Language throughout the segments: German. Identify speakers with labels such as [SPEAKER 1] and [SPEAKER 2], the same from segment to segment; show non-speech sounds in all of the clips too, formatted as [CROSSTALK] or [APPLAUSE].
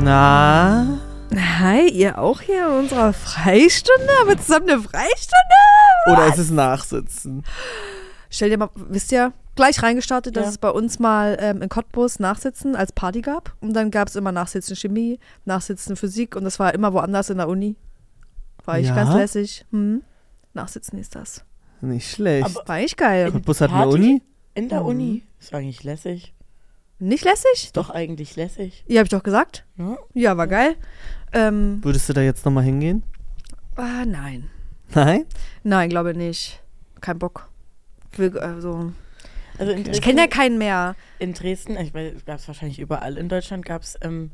[SPEAKER 1] Na?
[SPEAKER 2] Hi, ihr auch hier in unserer Freistunde? Haben wir zusammen eine Freistunde?
[SPEAKER 1] Oder ist es Nachsitzen?
[SPEAKER 2] Stell dir mal, wisst ihr, gleich reingestartet, dass
[SPEAKER 1] Ja.
[SPEAKER 2] es bei uns mal ähm, in Cottbus Nachsitzen als Party gab. Und dann gab es immer Nachsitzen Chemie, Nachsitzen Physik und das war immer woanders in der Uni. War ich
[SPEAKER 1] Ja?
[SPEAKER 2] ganz lässig. Hm. Nachsitzen ist das.
[SPEAKER 1] Nicht schlecht.
[SPEAKER 3] Aber-
[SPEAKER 2] War ich geil.
[SPEAKER 1] Cottbus hat eine
[SPEAKER 3] Party?
[SPEAKER 1] Uni?
[SPEAKER 3] In der Uni.
[SPEAKER 2] Mhm.
[SPEAKER 3] Ist eigentlich lässig.
[SPEAKER 2] Nicht lässig?
[SPEAKER 3] Ist doch eigentlich lässig.
[SPEAKER 2] Ja, hab ich doch gesagt.
[SPEAKER 3] Ne?
[SPEAKER 2] Ja, war geil. Ähm,
[SPEAKER 1] Würdest du da jetzt nochmal hingehen?
[SPEAKER 2] ah, nein.
[SPEAKER 1] Nein?
[SPEAKER 2] Nein, glaube nicht. Kein Bock. Will, also,
[SPEAKER 3] Also in
[SPEAKER 2] ich
[SPEAKER 3] Dresden,
[SPEAKER 2] kenne ja keinen mehr.
[SPEAKER 3] in Dresden, ich weiß, es gab es wahrscheinlich überall in Deutschland, gab es ähm,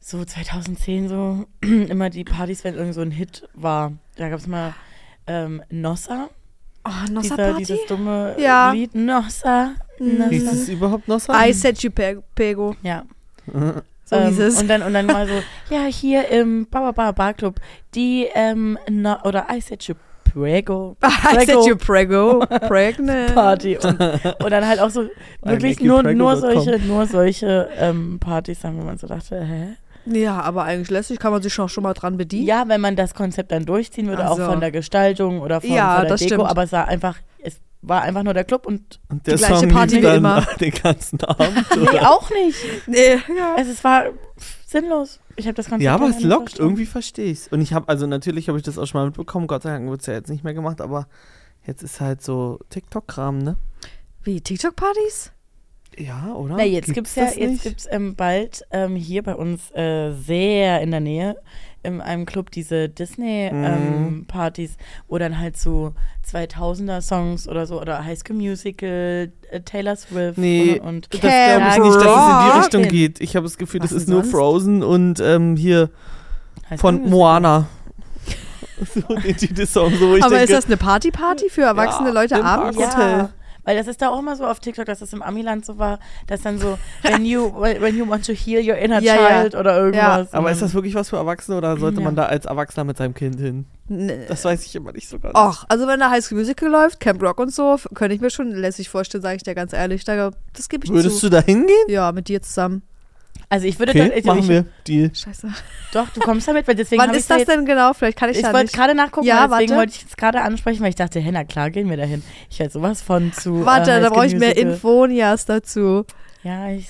[SPEAKER 3] so 2010 so [CLEARS THROAT] immer die Partys, wenn irgend so ein Hit war. Da gab es mal ähm, Nossa,
[SPEAKER 2] Oh,
[SPEAKER 3] dieser,
[SPEAKER 2] Nossa-Party?
[SPEAKER 3] dieses dumme äh,
[SPEAKER 2] Ja.
[SPEAKER 3] Lied. Nossa.
[SPEAKER 1] Hieß
[SPEAKER 3] Nossa.
[SPEAKER 1] es überhaupt noch so?
[SPEAKER 2] I set you pe- Um, pego.
[SPEAKER 3] Ja. Ähm,
[SPEAKER 2] So hieß es. [LAUGHS]
[SPEAKER 3] Und dann, und dann mal so, ja, hier im Baba Bar Barclub, die, ähm, no, oder I said you prego.
[SPEAKER 2] I
[SPEAKER 3] Prego.
[SPEAKER 2] set you prego.
[SPEAKER 3] [LAUGHS]
[SPEAKER 2] Pregnant.
[SPEAKER 3] Party. Und, und dann halt auch so wirklich nur, nur
[SPEAKER 1] makeyourpregnant.com.
[SPEAKER 3] solche, nur solche ähm, Partys haben, wo man so dachte, hä?
[SPEAKER 2] Ja, aber eigentlich lässig kann man sich schon, schon mal dran bedienen.
[SPEAKER 3] Ja, wenn man das Konzept dann durchziehen würde,
[SPEAKER 2] Ach
[SPEAKER 3] auch
[SPEAKER 2] so.
[SPEAKER 3] von der Gestaltung oder von,
[SPEAKER 2] Ja,
[SPEAKER 3] von der
[SPEAKER 2] das
[SPEAKER 3] Deko,
[SPEAKER 2] stimmt.
[SPEAKER 3] aber es war einfach, es war einfach nur der
[SPEAKER 2] [LAUGHS]
[SPEAKER 3] Club und
[SPEAKER 1] Und der
[SPEAKER 2] die gleiche
[SPEAKER 1] Song
[SPEAKER 2] Party
[SPEAKER 1] lief
[SPEAKER 2] wie
[SPEAKER 1] dann
[SPEAKER 2] immer.
[SPEAKER 1] [LAUGHS] den ganzen Abend.
[SPEAKER 3] nee, auch nicht.
[SPEAKER 2] Nee, ja.
[SPEAKER 3] Es, es war pff, sinnlos. Ich habe das Konzept
[SPEAKER 1] Ja, aber
[SPEAKER 3] dann
[SPEAKER 1] es
[SPEAKER 3] nicht
[SPEAKER 1] lockt.
[SPEAKER 3] verstanden.
[SPEAKER 1] Irgendwie verstehe ich's. Und ich habe, also natürlich habe ich das auch schon mal mitbekommen. Gott sei Dank wird's ja jetzt nicht mehr gemacht, aber jetzt ist halt so TikTok-Kram, ne?
[SPEAKER 2] Wie, TikTok-Partys?
[SPEAKER 1] Ja, oder?
[SPEAKER 3] Na, jetzt gibt's,
[SPEAKER 1] das
[SPEAKER 3] ja, jetzt
[SPEAKER 1] nicht?
[SPEAKER 3] gibt's ähm, bald ähm, hier bei uns äh, sehr in der Nähe in einem Club diese
[SPEAKER 1] Mhm.
[SPEAKER 3] Disney-Partys, wo dann halt so 2000er-Songs oder so oder High School Musical, äh, Taylor Swift
[SPEAKER 1] Nee,
[SPEAKER 3] und, und
[SPEAKER 1] das glaube ich
[SPEAKER 3] Camp
[SPEAKER 1] nicht, dass es in die
[SPEAKER 2] Rock.
[SPEAKER 1] Richtung geht. Ich habe das Gefühl,
[SPEAKER 3] Was
[SPEAKER 1] das ist
[SPEAKER 3] denn
[SPEAKER 1] nur
[SPEAKER 3] sonst?
[SPEAKER 1] Frozen und ähm, hier
[SPEAKER 3] High School
[SPEAKER 1] von
[SPEAKER 3] Musical.
[SPEAKER 1] Moana. [LAUGHS] so den Titelsong, so wo ich
[SPEAKER 2] aber
[SPEAKER 1] denke,
[SPEAKER 2] ist das eine Party-Party für erwachsene
[SPEAKER 1] Ja,
[SPEAKER 2] Leute
[SPEAKER 1] im
[SPEAKER 2] abends?
[SPEAKER 1] Park- Hotel.
[SPEAKER 3] Ja, weil das ist da auch immer so auf TikTok, dass das im Amiland so war, dass dann so, when you, when you want to heal your inner
[SPEAKER 2] Ja, ja.
[SPEAKER 3] child oder irgendwas.
[SPEAKER 1] aber ist das wirklich was für Erwachsene oder sollte
[SPEAKER 3] Ja.
[SPEAKER 1] man da als Erwachsener mit seinem Kind hin?
[SPEAKER 2] Nee.
[SPEAKER 1] Das weiß ich immer nicht so ganz.
[SPEAKER 2] Och, also wenn da High School Musical läuft, Camp Rock und so, f- könnte ich mir schon lässig vorstellen, sage ich dir ganz ehrlich. Da, das gebe ich
[SPEAKER 1] Würdest
[SPEAKER 2] zu.
[SPEAKER 1] du da hingehen?
[SPEAKER 2] ja, mit dir zusammen.
[SPEAKER 3] Also ich würde,
[SPEAKER 1] Okay,
[SPEAKER 3] da, ich,
[SPEAKER 1] machen
[SPEAKER 3] ich,
[SPEAKER 1] wir. Deal.
[SPEAKER 2] Scheiße.
[SPEAKER 3] doch, du kommst damit, weil deswegen
[SPEAKER 2] Wann
[SPEAKER 3] hab
[SPEAKER 2] ist
[SPEAKER 3] ich's ja
[SPEAKER 2] das
[SPEAKER 3] jetzt-
[SPEAKER 2] denn genau? Vielleicht kann ich,
[SPEAKER 3] Ich
[SPEAKER 2] da
[SPEAKER 3] wollte
[SPEAKER 2] nicht.
[SPEAKER 3] gerade nachgucken,
[SPEAKER 2] Ja,
[SPEAKER 3] ja, deswegen
[SPEAKER 2] warte.
[SPEAKER 3] wollte ich es gerade ansprechen, weil ich dachte, hey, na klar, gehen wir dahin. Ich werde sowas von zu.
[SPEAKER 2] Warte, da
[SPEAKER 3] äh, High School
[SPEAKER 2] brauche ich mehr
[SPEAKER 3] Musical.
[SPEAKER 2] Infonias dazu.
[SPEAKER 3] Ja, ich.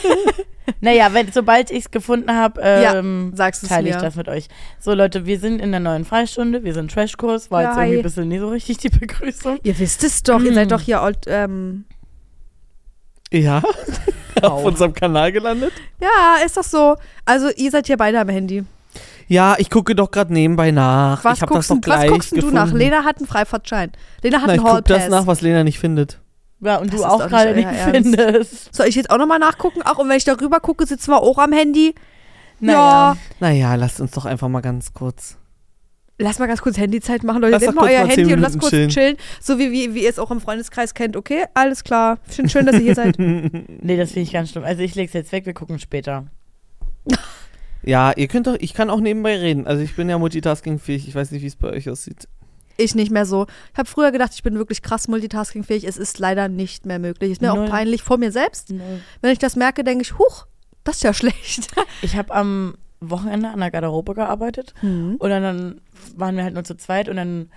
[SPEAKER 3] [LAUGHS] naja, wenn, sobald ich es gefunden habe,
[SPEAKER 2] Ja,
[SPEAKER 3] ähm,
[SPEAKER 2] sagst du's
[SPEAKER 3] teile ich
[SPEAKER 2] mir.
[SPEAKER 3] das mit euch. So, Leute, wir sind in der neuen Freistunde, wir sind Trashkurs, war jetzt
[SPEAKER 2] Hi.
[SPEAKER 3] irgendwie ein bisschen nie so richtig die Begrüßung.
[SPEAKER 2] Ihr wisst es doch, ihr
[SPEAKER 3] Mm.
[SPEAKER 1] Hm.
[SPEAKER 2] seid doch hier old, ähm,
[SPEAKER 1] Ja, [LAUGHS] auf
[SPEAKER 3] Wow.
[SPEAKER 1] unserem Kanal gelandet.
[SPEAKER 2] Ja, ist doch so. Also ihr seid hier beide am Handy.
[SPEAKER 1] Ja, ich gucke doch gerade nebenbei nach.
[SPEAKER 2] Was
[SPEAKER 1] ich hab
[SPEAKER 2] guckst,
[SPEAKER 1] das doch
[SPEAKER 2] denn- was
[SPEAKER 1] gleich
[SPEAKER 2] guckst denn du
[SPEAKER 1] gefunden.
[SPEAKER 2] nach? Lena hat einen Freifahrtschein. Lena hat
[SPEAKER 1] Na, ich
[SPEAKER 2] einen
[SPEAKER 1] guck
[SPEAKER 2] Hallpass.
[SPEAKER 1] das nach, was Lena nicht findet.
[SPEAKER 3] Ja, und
[SPEAKER 2] Das
[SPEAKER 3] du
[SPEAKER 2] ist
[SPEAKER 3] auch
[SPEAKER 2] doch
[SPEAKER 3] gerade
[SPEAKER 2] nicht
[SPEAKER 3] nicht
[SPEAKER 2] euer Ernst.
[SPEAKER 3] findest.
[SPEAKER 2] Soll ich jetzt auch nochmal nachgucken? Ach, und wenn ich darüber gucke, sitzen wir auch am Handy.
[SPEAKER 3] Naja.
[SPEAKER 2] Ja.
[SPEAKER 1] Naja, lasst uns doch einfach mal ganz kurz.
[SPEAKER 2] Lass mal ganz kurz Handyzeit machen, Leute.
[SPEAKER 1] Lass
[SPEAKER 2] Nehmt
[SPEAKER 1] doch
[SPEAKER 2] mal
[SPEAKER 1] kurz
[SPEAKER 2] euer
[SPEAKER 1] mal zehn
[SPEAKER 2] Handy und lasst
[SPEAKER 1] Minuten
[SPEAKER 2] kurz
[SPEAKER 1] chillen.
[SPEAKER 2] chillen. So wie, wie, wie ihr es auch im Freundeskreis kennt. Okay, alles klar. Schön, schön dass ihr
[SPEAKER 1] [LAUGHS]
[SPEAKER 2] hier seid.
[SPEAKER 3] Nee, das finde ich ganz schlimm. Also, ich lege es jetzt weg, wir gucken später.
[SPEAKER 1] Ja, ihr könnt doch, ich kann auch nebenbei reden. Also ich bin ja multitaskingfähig. Ich weiß nicht, wie es bei euch aussieht.
[SPEAKER 2] Ich nicht mehr so. Ich habe früher gedacht, ich bin wirklich krass multitaskingfähig. Es ist leider nicht mehr möglich. Ist mir
[SPEAKER 3] Null.
[SPEAKER 2] auch peinlich vor mir selbst. Wenn ich das merke, denke ich, huch, das ist ja schlecht.
[SPEAKER 3] Ich habe am Wochenende an der Garderobe gearbeitet.
[SPEAKER 2] Hm.
[SPEAKER 3] Und dann, dann waren wir halt nur zu zweit und dann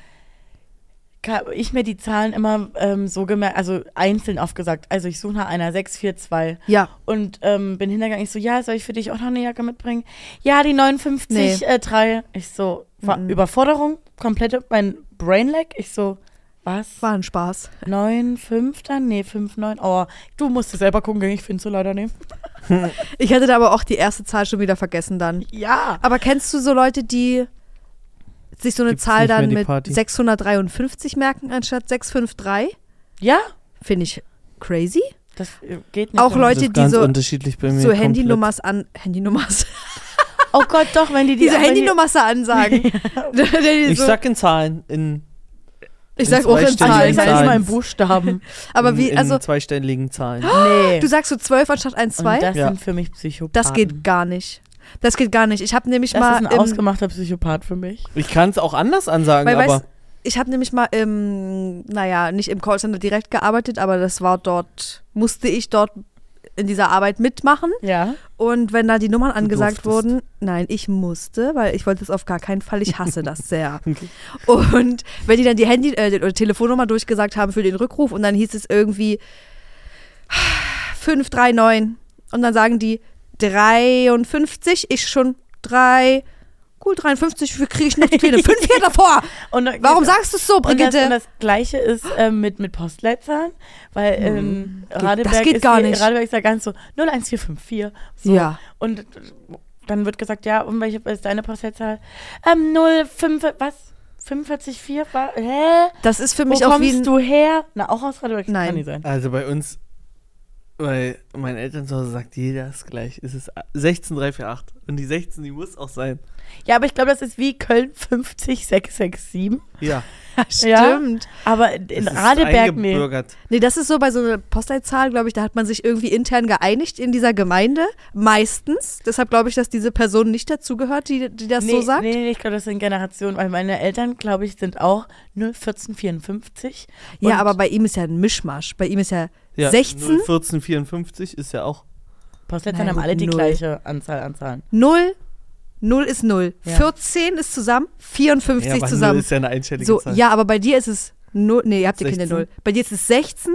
[SPEAKER 3] ka- ich mir die Zahlen immer ähm, so gemerkt, also einzeln aufgesagt. Also ich suche nach einer 642
[SPEAKER 2] Ja,
[SPEAKER 3] und ähm, bin hintergegangen. Ich so, ja, soll ich für dich auch noch eine Jacke mitbringen? Ja, die 59,
[SPEAKER 2] Nee.
[SPEAKER 3] äh, 3. Ich so, war
[SPEAKER 2] Mhm.
[SPEAKER 3] Überforderung, komplette, mein Brainlag. Ich so, was?
[SPEAKER 2] war ein Spaß.
[SPEAKER 3] 9, 5 dann? Nee, 5, 9. Oh, du musst es selber gucken, gell? ich finde so leider nicht.
[SPEAKER 2] Ich hätte da aber auch die erste Zahl schon wieder vergessen dann.
[SPEAKER 3] Ja.
[SPEAKER 2] Aber kennst du so Leute, die sich so eine
[SPEAKER 1] Gibt's
[SPEAKER 2] Zahl
[SPEAKER 1] nicht mehr
[SPEAKER 2] dann
[SPEAKER 1] die
[SPEAKER 2] mit
[SPEAKER 1] Party?
[SPEAKER 2] 653 merken anstatt 653?
[SPEAKER 3] Ja,
[SPEAKER 2] Finde ich crazy.
[SPEAKER 3] das äh, geht nicht.
[SPEAKER 2] Auch
[SPEAKER 3] immer.
[SPEAKER 1] das
[SPEAKER 2] Leute, die
[SPEAKER 1] ist ganz
[SPEAKER 2] so-
[SPEAKER 1] unterschiedlich bei mir.
[SPEAKER 2] so
[SPEAKER 1] komplett.
[SPEAKER 2] Handynummers an Handynummers.
[SPEAKER 3] Oh Gott, doch, wenn die [LAUGHS] die
[SPEAKER 2] Diese
[SPEAKER 3] wenn die-
[SPEAKER 2] Handynummers da
[SPEAKER 3] [LAUGHS]
[SPEAKER 2] ansagen. [LAUGHS] Die
[SPEAKER 1] Ich
[SPEAKER 2] so-
[SPEAKER 1] sag in Zahlen. In,
[SPEAKER 2] ich sag
[SPEAKER 1] in
[SPEAKER 2] auch
[SPEAKER 1] zweistelligen
[SPEAKER 2] in
[SPEAKER 3] Also
[SPEAKER 2] Zahlen.
[SPEAKER 3] ich
[SPEAKER 1] Zahlen.
[SPEAKER 3] sage immer in Buchstaben.
[SPEAKER 2] Aber wie
[SPEAKER 1] in,
[SPEAKER 2] also
[SPEAKER 1] in zweistelligen Zahlen.
[SPEAKER 3] [LAUGHS] nee.
[SPEAKER 2] du sagst so 12 anstatt 1
[SPEAKER 3] Und
[SPEAKER 2] 2?
[SPEAKER 3] das
[SPEAKER 1] Ja.
[SPEAKER 3] sind für mich Psychopathen.
[SPEAKER 2] Das geht gar nicht. Das geht gar nicht. Ich habe nämlich
[SPEAKER 3] Das
[SPEAKER 2] mal
[SPEAKER 3] ist ein
[SPEAKER 2] im-
[SPEAKER 3] ausgemachter Psychopath für mich.
[SPEAKER 1] Ich kann es auch anders ansagen,
[SPEAKER 2] Weil,
[SPEAKER 1] aber
[SPEAKER 2] weißt, ich habe nämlich mal im, naja, nicht im Callcenter direkt gearbeitet, aber das war dort, musste ich dort in dieser Arbeit mitmachen.
[SPEAKER 3] Ja.
[SPEAKER 2] Und wenn da die Nummern
[SPEAKER 1] durftest.
[SPEAKER 2] angesagt wurden, nein, ich musste, weil ich wollte es auf gar keinen Fall. Ich hasse das
[SPEAKER 1] [LAUGHS]
[SPEAKER 2] sehr. Und wenn die dann die Handy äh, oder Telefonnummer durchgesagt haben für den Rückruf und dann hieß es irgendwie 539 und dann sagen die 53, ich schon 3, cool 53, wie kriege ich noch die
[SPEAKER 1] [LAUGHS]
[SPEAKER 2] kleine 5 hier davor?
[SPEAKER 3] Und, äh,
[SPEAKER 2] Warum sagst du es so,
[SPEAKER 3] und das, und
[SPEAKER 2] Brigitte?
[SPEAKER 3] das gleiche ist ähm, mit, mit Postleitzahlen, weil ähm, Radeberg,
[SPEAKER 2] das Hm. geht
[SPEAKER 3] ist
[SPEAKER 2] gar
[SPEAKER 3] die-
[SPEAKER 2] nicht.
[SPEAKER 3] Radeberg ist ja ganz so 01454. So.
[SPEAKER 2] Ja.
[SPEAKER 3] Und dann wird gesagt, ja, und welche ist deine Postleitzahl? Ähm, 05, was? 454? Wa- Hä?
[SPEAKER 2] Das ist für
[SPEAKER 3] Wo
[SPEAKER 2] mich auch wie
[SPEAKER 3] kommst
[SPEAKER 2] ein, [LAUGHS]
[SPEAKER 3] du her? Na, auch aus Radeberg?
[SPEAKER 2] Nein.
[SPEAKER 3] Kann nicht sein.
[SPEAKER 1] Also bei uns, bei meinen Eltern zu Hause sagt jeder das gleich. Es ist 16348. Und die 16, die muss auch sein.
[SPEAKER 3] Ja, aber ich glaube, das ist wie Köln 50667.
[SPEAKER 1] Ja.
[SPEAKER 3] Ja.
[SPEAKER 2] Stimmt.
[SPEAKER 3] Aber in
[SPEAKER 1] es ist
[SPEAKER 3] Radeberg, nee.
[SPEAKER 1] eingebürgert.
[SPEAKER 2] Nee, das ist so bei so einer Postleitzahl, glaube ich, da hat man sich irgendwie intern geeinigt in dieser Gemeinde. Meistens. Deshalb glaube ich, dass diese Person nicht dazugehört, die, die das
[SPEAKER 3] nee,
[SPEAKER 2] so sagt.
[SPEAKER 3] Nee, nee, ich glaube, das sind Generationen, weil meine Eltern, glaube ich, sind auch 01454.
[SPEAKER 2] ja,
[SPEAKER 3] Und
[SPEAKER 2] aber bei ihm ist ja ein Mischmasch. Bei ihm ist ja,
[SPEAKER 1] Ja,
[SPEAKER 2] 16,
[SPEAKER 1] 1454 ist ja auch.
[SPEAKER 3] Postleitzahl
[SPEAKER 2] Nein,
[SPEAKER 3] haben alle die
[SPEAKER 2] null.
[SPEAKER 3] gleiche Anzahl an Zahlen.
[SPEAKER 2] 0, 0 ist 0.
[SPEAKER 3] Ja.
[SPEAKER 2] 14 ist zusammen, 54
[SPEAKER 1] Ja, aber
[SPEAKER 2] zusammen.
[SPEAKER 1] null ist ja eine einstellige
[SPEAKER 2] so,
[SPEAKER 1] Zahl.
[SPEAKER 2] ja, aber bei dir ist es 0, nee, ihr habt ja keine
[SPEAKER 1] 16.
[SPEAKER 2] 0. Bei dir ist es 16,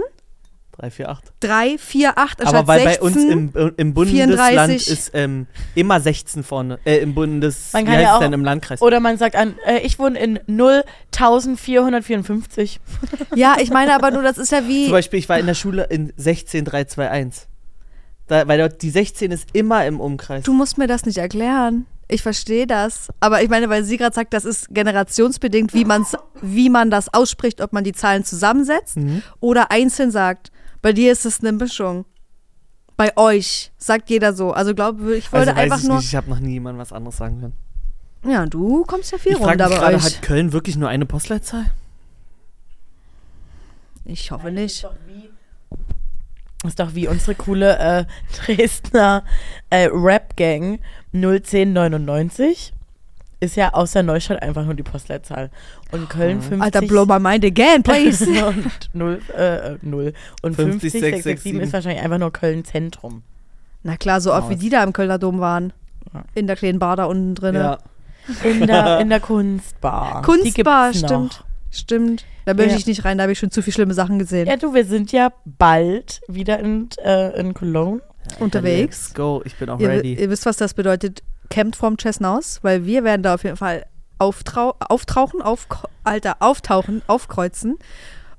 [SPEAKER 1] 348.
[SPEAKER 2] 3, 4, 8 anstatt
[SPEAKER 1] Aber weil
[SPEAKER 2] 16.
[SPEAKER 1] bei uns im, äh, im Bundesland
[SPEAKER 2] 34.
[SPEAKER 1] ist ähm, immer 16 vorne. Äh, im Bundes.
[SPEAKER 3] Man
[SPEAKER 1] wie
[SPEAKER 3] kann ja
[SPEAKER 1] heißt es
[SPEAKER 3] auch-
[SPEAKER 1] denn im Landkreis?
[SPEAKER 3] Oder man sagt an, äh, ich wohne in 0454.
[SPEAKER 2] ja, ich meine aber nur, das ist ja wie.
[SPEAKER 1] [LAUGHS] Zum Beispiel, ich war in der Schule in 16321. Da, weil dort die 16 ist immer im Umkreis.
[SPEAKER 2] Du musst mir das nicht erklären. Ich verstehe das. Aber ich meine, weil sie gerade sagt, das ist generationsbedingt, wie, man's, wie man das ausspricht, ob man die Zahlen zusammensetzt
[SPEAKER 1] Mhm.
[SPEAKER 2] oder einzeln sagt. Bei dir ist es eine Mischung. Bei euch sagt jeder so. Also glaube ich
[SPEAKER 1] also
[SPEAKER 2] würde
[SPEAKER 1] weiß
[SPEAKER 2] einfach
[SPEAKER 1] ich
[SPEAKER 2] nur.
[SPEAKER 1] nicht, ich habe noch nie jemand was anderes sagen können.
[SPEAKER 2] Ja, du kommst ja viel
[SPEAKER 1] Ich frage
[SPEAKER 2] runter
[SPEAKER 1] mich
[SPEAKER 2] bei
[SPEAKER 1] gerade,
[SPEAKER 2] euch.
[SPEAKER 1] hat Köln wirklich nur eine Postleitzahl?
[SPEAKER 2] ich hoffe nicht.
[SPEAKER 3] Ist doch wie unsere coole äh, [LAUGHS] Dresdner äh, Rap-Gang 01099. Ist ja aus der Neustadt einfach nur die Postleitzahl. Und Köln 50.
[SPEAKER 2] Alter, blow my mind again,
[SPEAKER 3] [LAUGHS]
[SPEAKER 2] please.
[SPEAKER 1] [LAUGHS]
[SPEAKER 3] und 0, äh, äh, 0. Und
[SPEAKER 1] 50,
[SPEAKER 3] 50667 ist wahrscheinlich einfach nur Köln Zentrum.
[SPEAKER 2] Na klar, so oft wie die da im Kölner Dom waren.
[SPEAKER 3] Ja.
[SPEAKER 2] In der kleinen Bar da unten drin.
[SPEAKER 1] Ja.
[SPEAKER 3] In
[SPEAKER 1] [LAUGHS]
[SPEAKER 3] der, in der Kunstbar. Die
[SPEAKER 2] Kunstbar,
[SPEAKER 3] gibt's noch.
[SPEAKER 2] stimmt. Stimmt. Da möchte
[SPEAKER 3] Ja.
[SPEAKER 2] ich nicht rein, da habe ich schon zu viel schlimme Sachen gesehen.
[SPEAKER 3] Ja, du, wir sind ja bald wieder in, äh, in Cologne.
[SPEAKER 2] Unterwegs.
[SPEAKER 1] Let's go, ich bin auch
[SPEAKER 2] Ihr, wi-
[SPEAKER 1] ready.
[SPEAKER 2] ihr wisst, was das bedeutet. Campt vorm Chessnaus, weil wir werden da auf jeden Fall auftrau auftauchen, auf, Alter, auftauchen, aufkreuzen.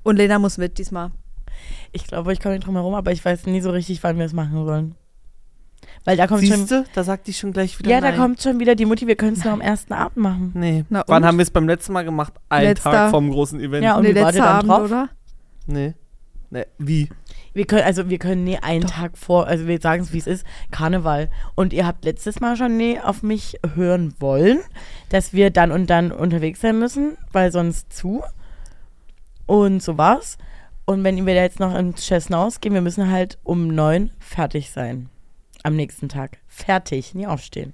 [SPEAKER 2] Und Lena muss mit diesmal.
[SPEAKER 3] Ich glaube, ich komme nicht drum herum, aber ich weiß nie so richtig, wann wir es machen sollen. Weil da kommt schon.
[SPEAKER 1] Siehst du, da sagt die schon gleich wieder
[SPEAKER 3] Ja,
[SPEAKER 1] nein.
[SPEAKER 3] da kommt schon wieder die Mutti, wir können es nur am ersten Abend machen.
[SPEAKER 1] Nee.
[SPEAKER 2] Na
[SPEAKER 1] Wann
[SPEAKER 2] und?
[SPEAKER 1] haben wir es beim letzten Mal gemacht? Einen
[SPEAKER 2] Letzter.
[SPEAKER 1] Tag vom großen Event.
[SPEAKER 3] Ja, und
[SPEAKER 2] Nee,
[SPEAKER 3] wie war der dann drauf?
[SPEAKER 2] oder?
[SPEAKER 1] Nee. nee. Wie?
[SPEAKER 3] Wir können, also wir können nie einen Tag vor, also wir sagen es wie es ist, Karneval. Und ihr habt letztes Mal schon nie auf mich hören wollen, dass wir dann und dann unterwegs sein müssen, weil sonst zu. Und so war's. Und wenn wir da jetzt noch ins Chessnaus gehen, wir müssen halt um neun fertig sein. Am nächsten Tag. Fertig, nie aufstehen.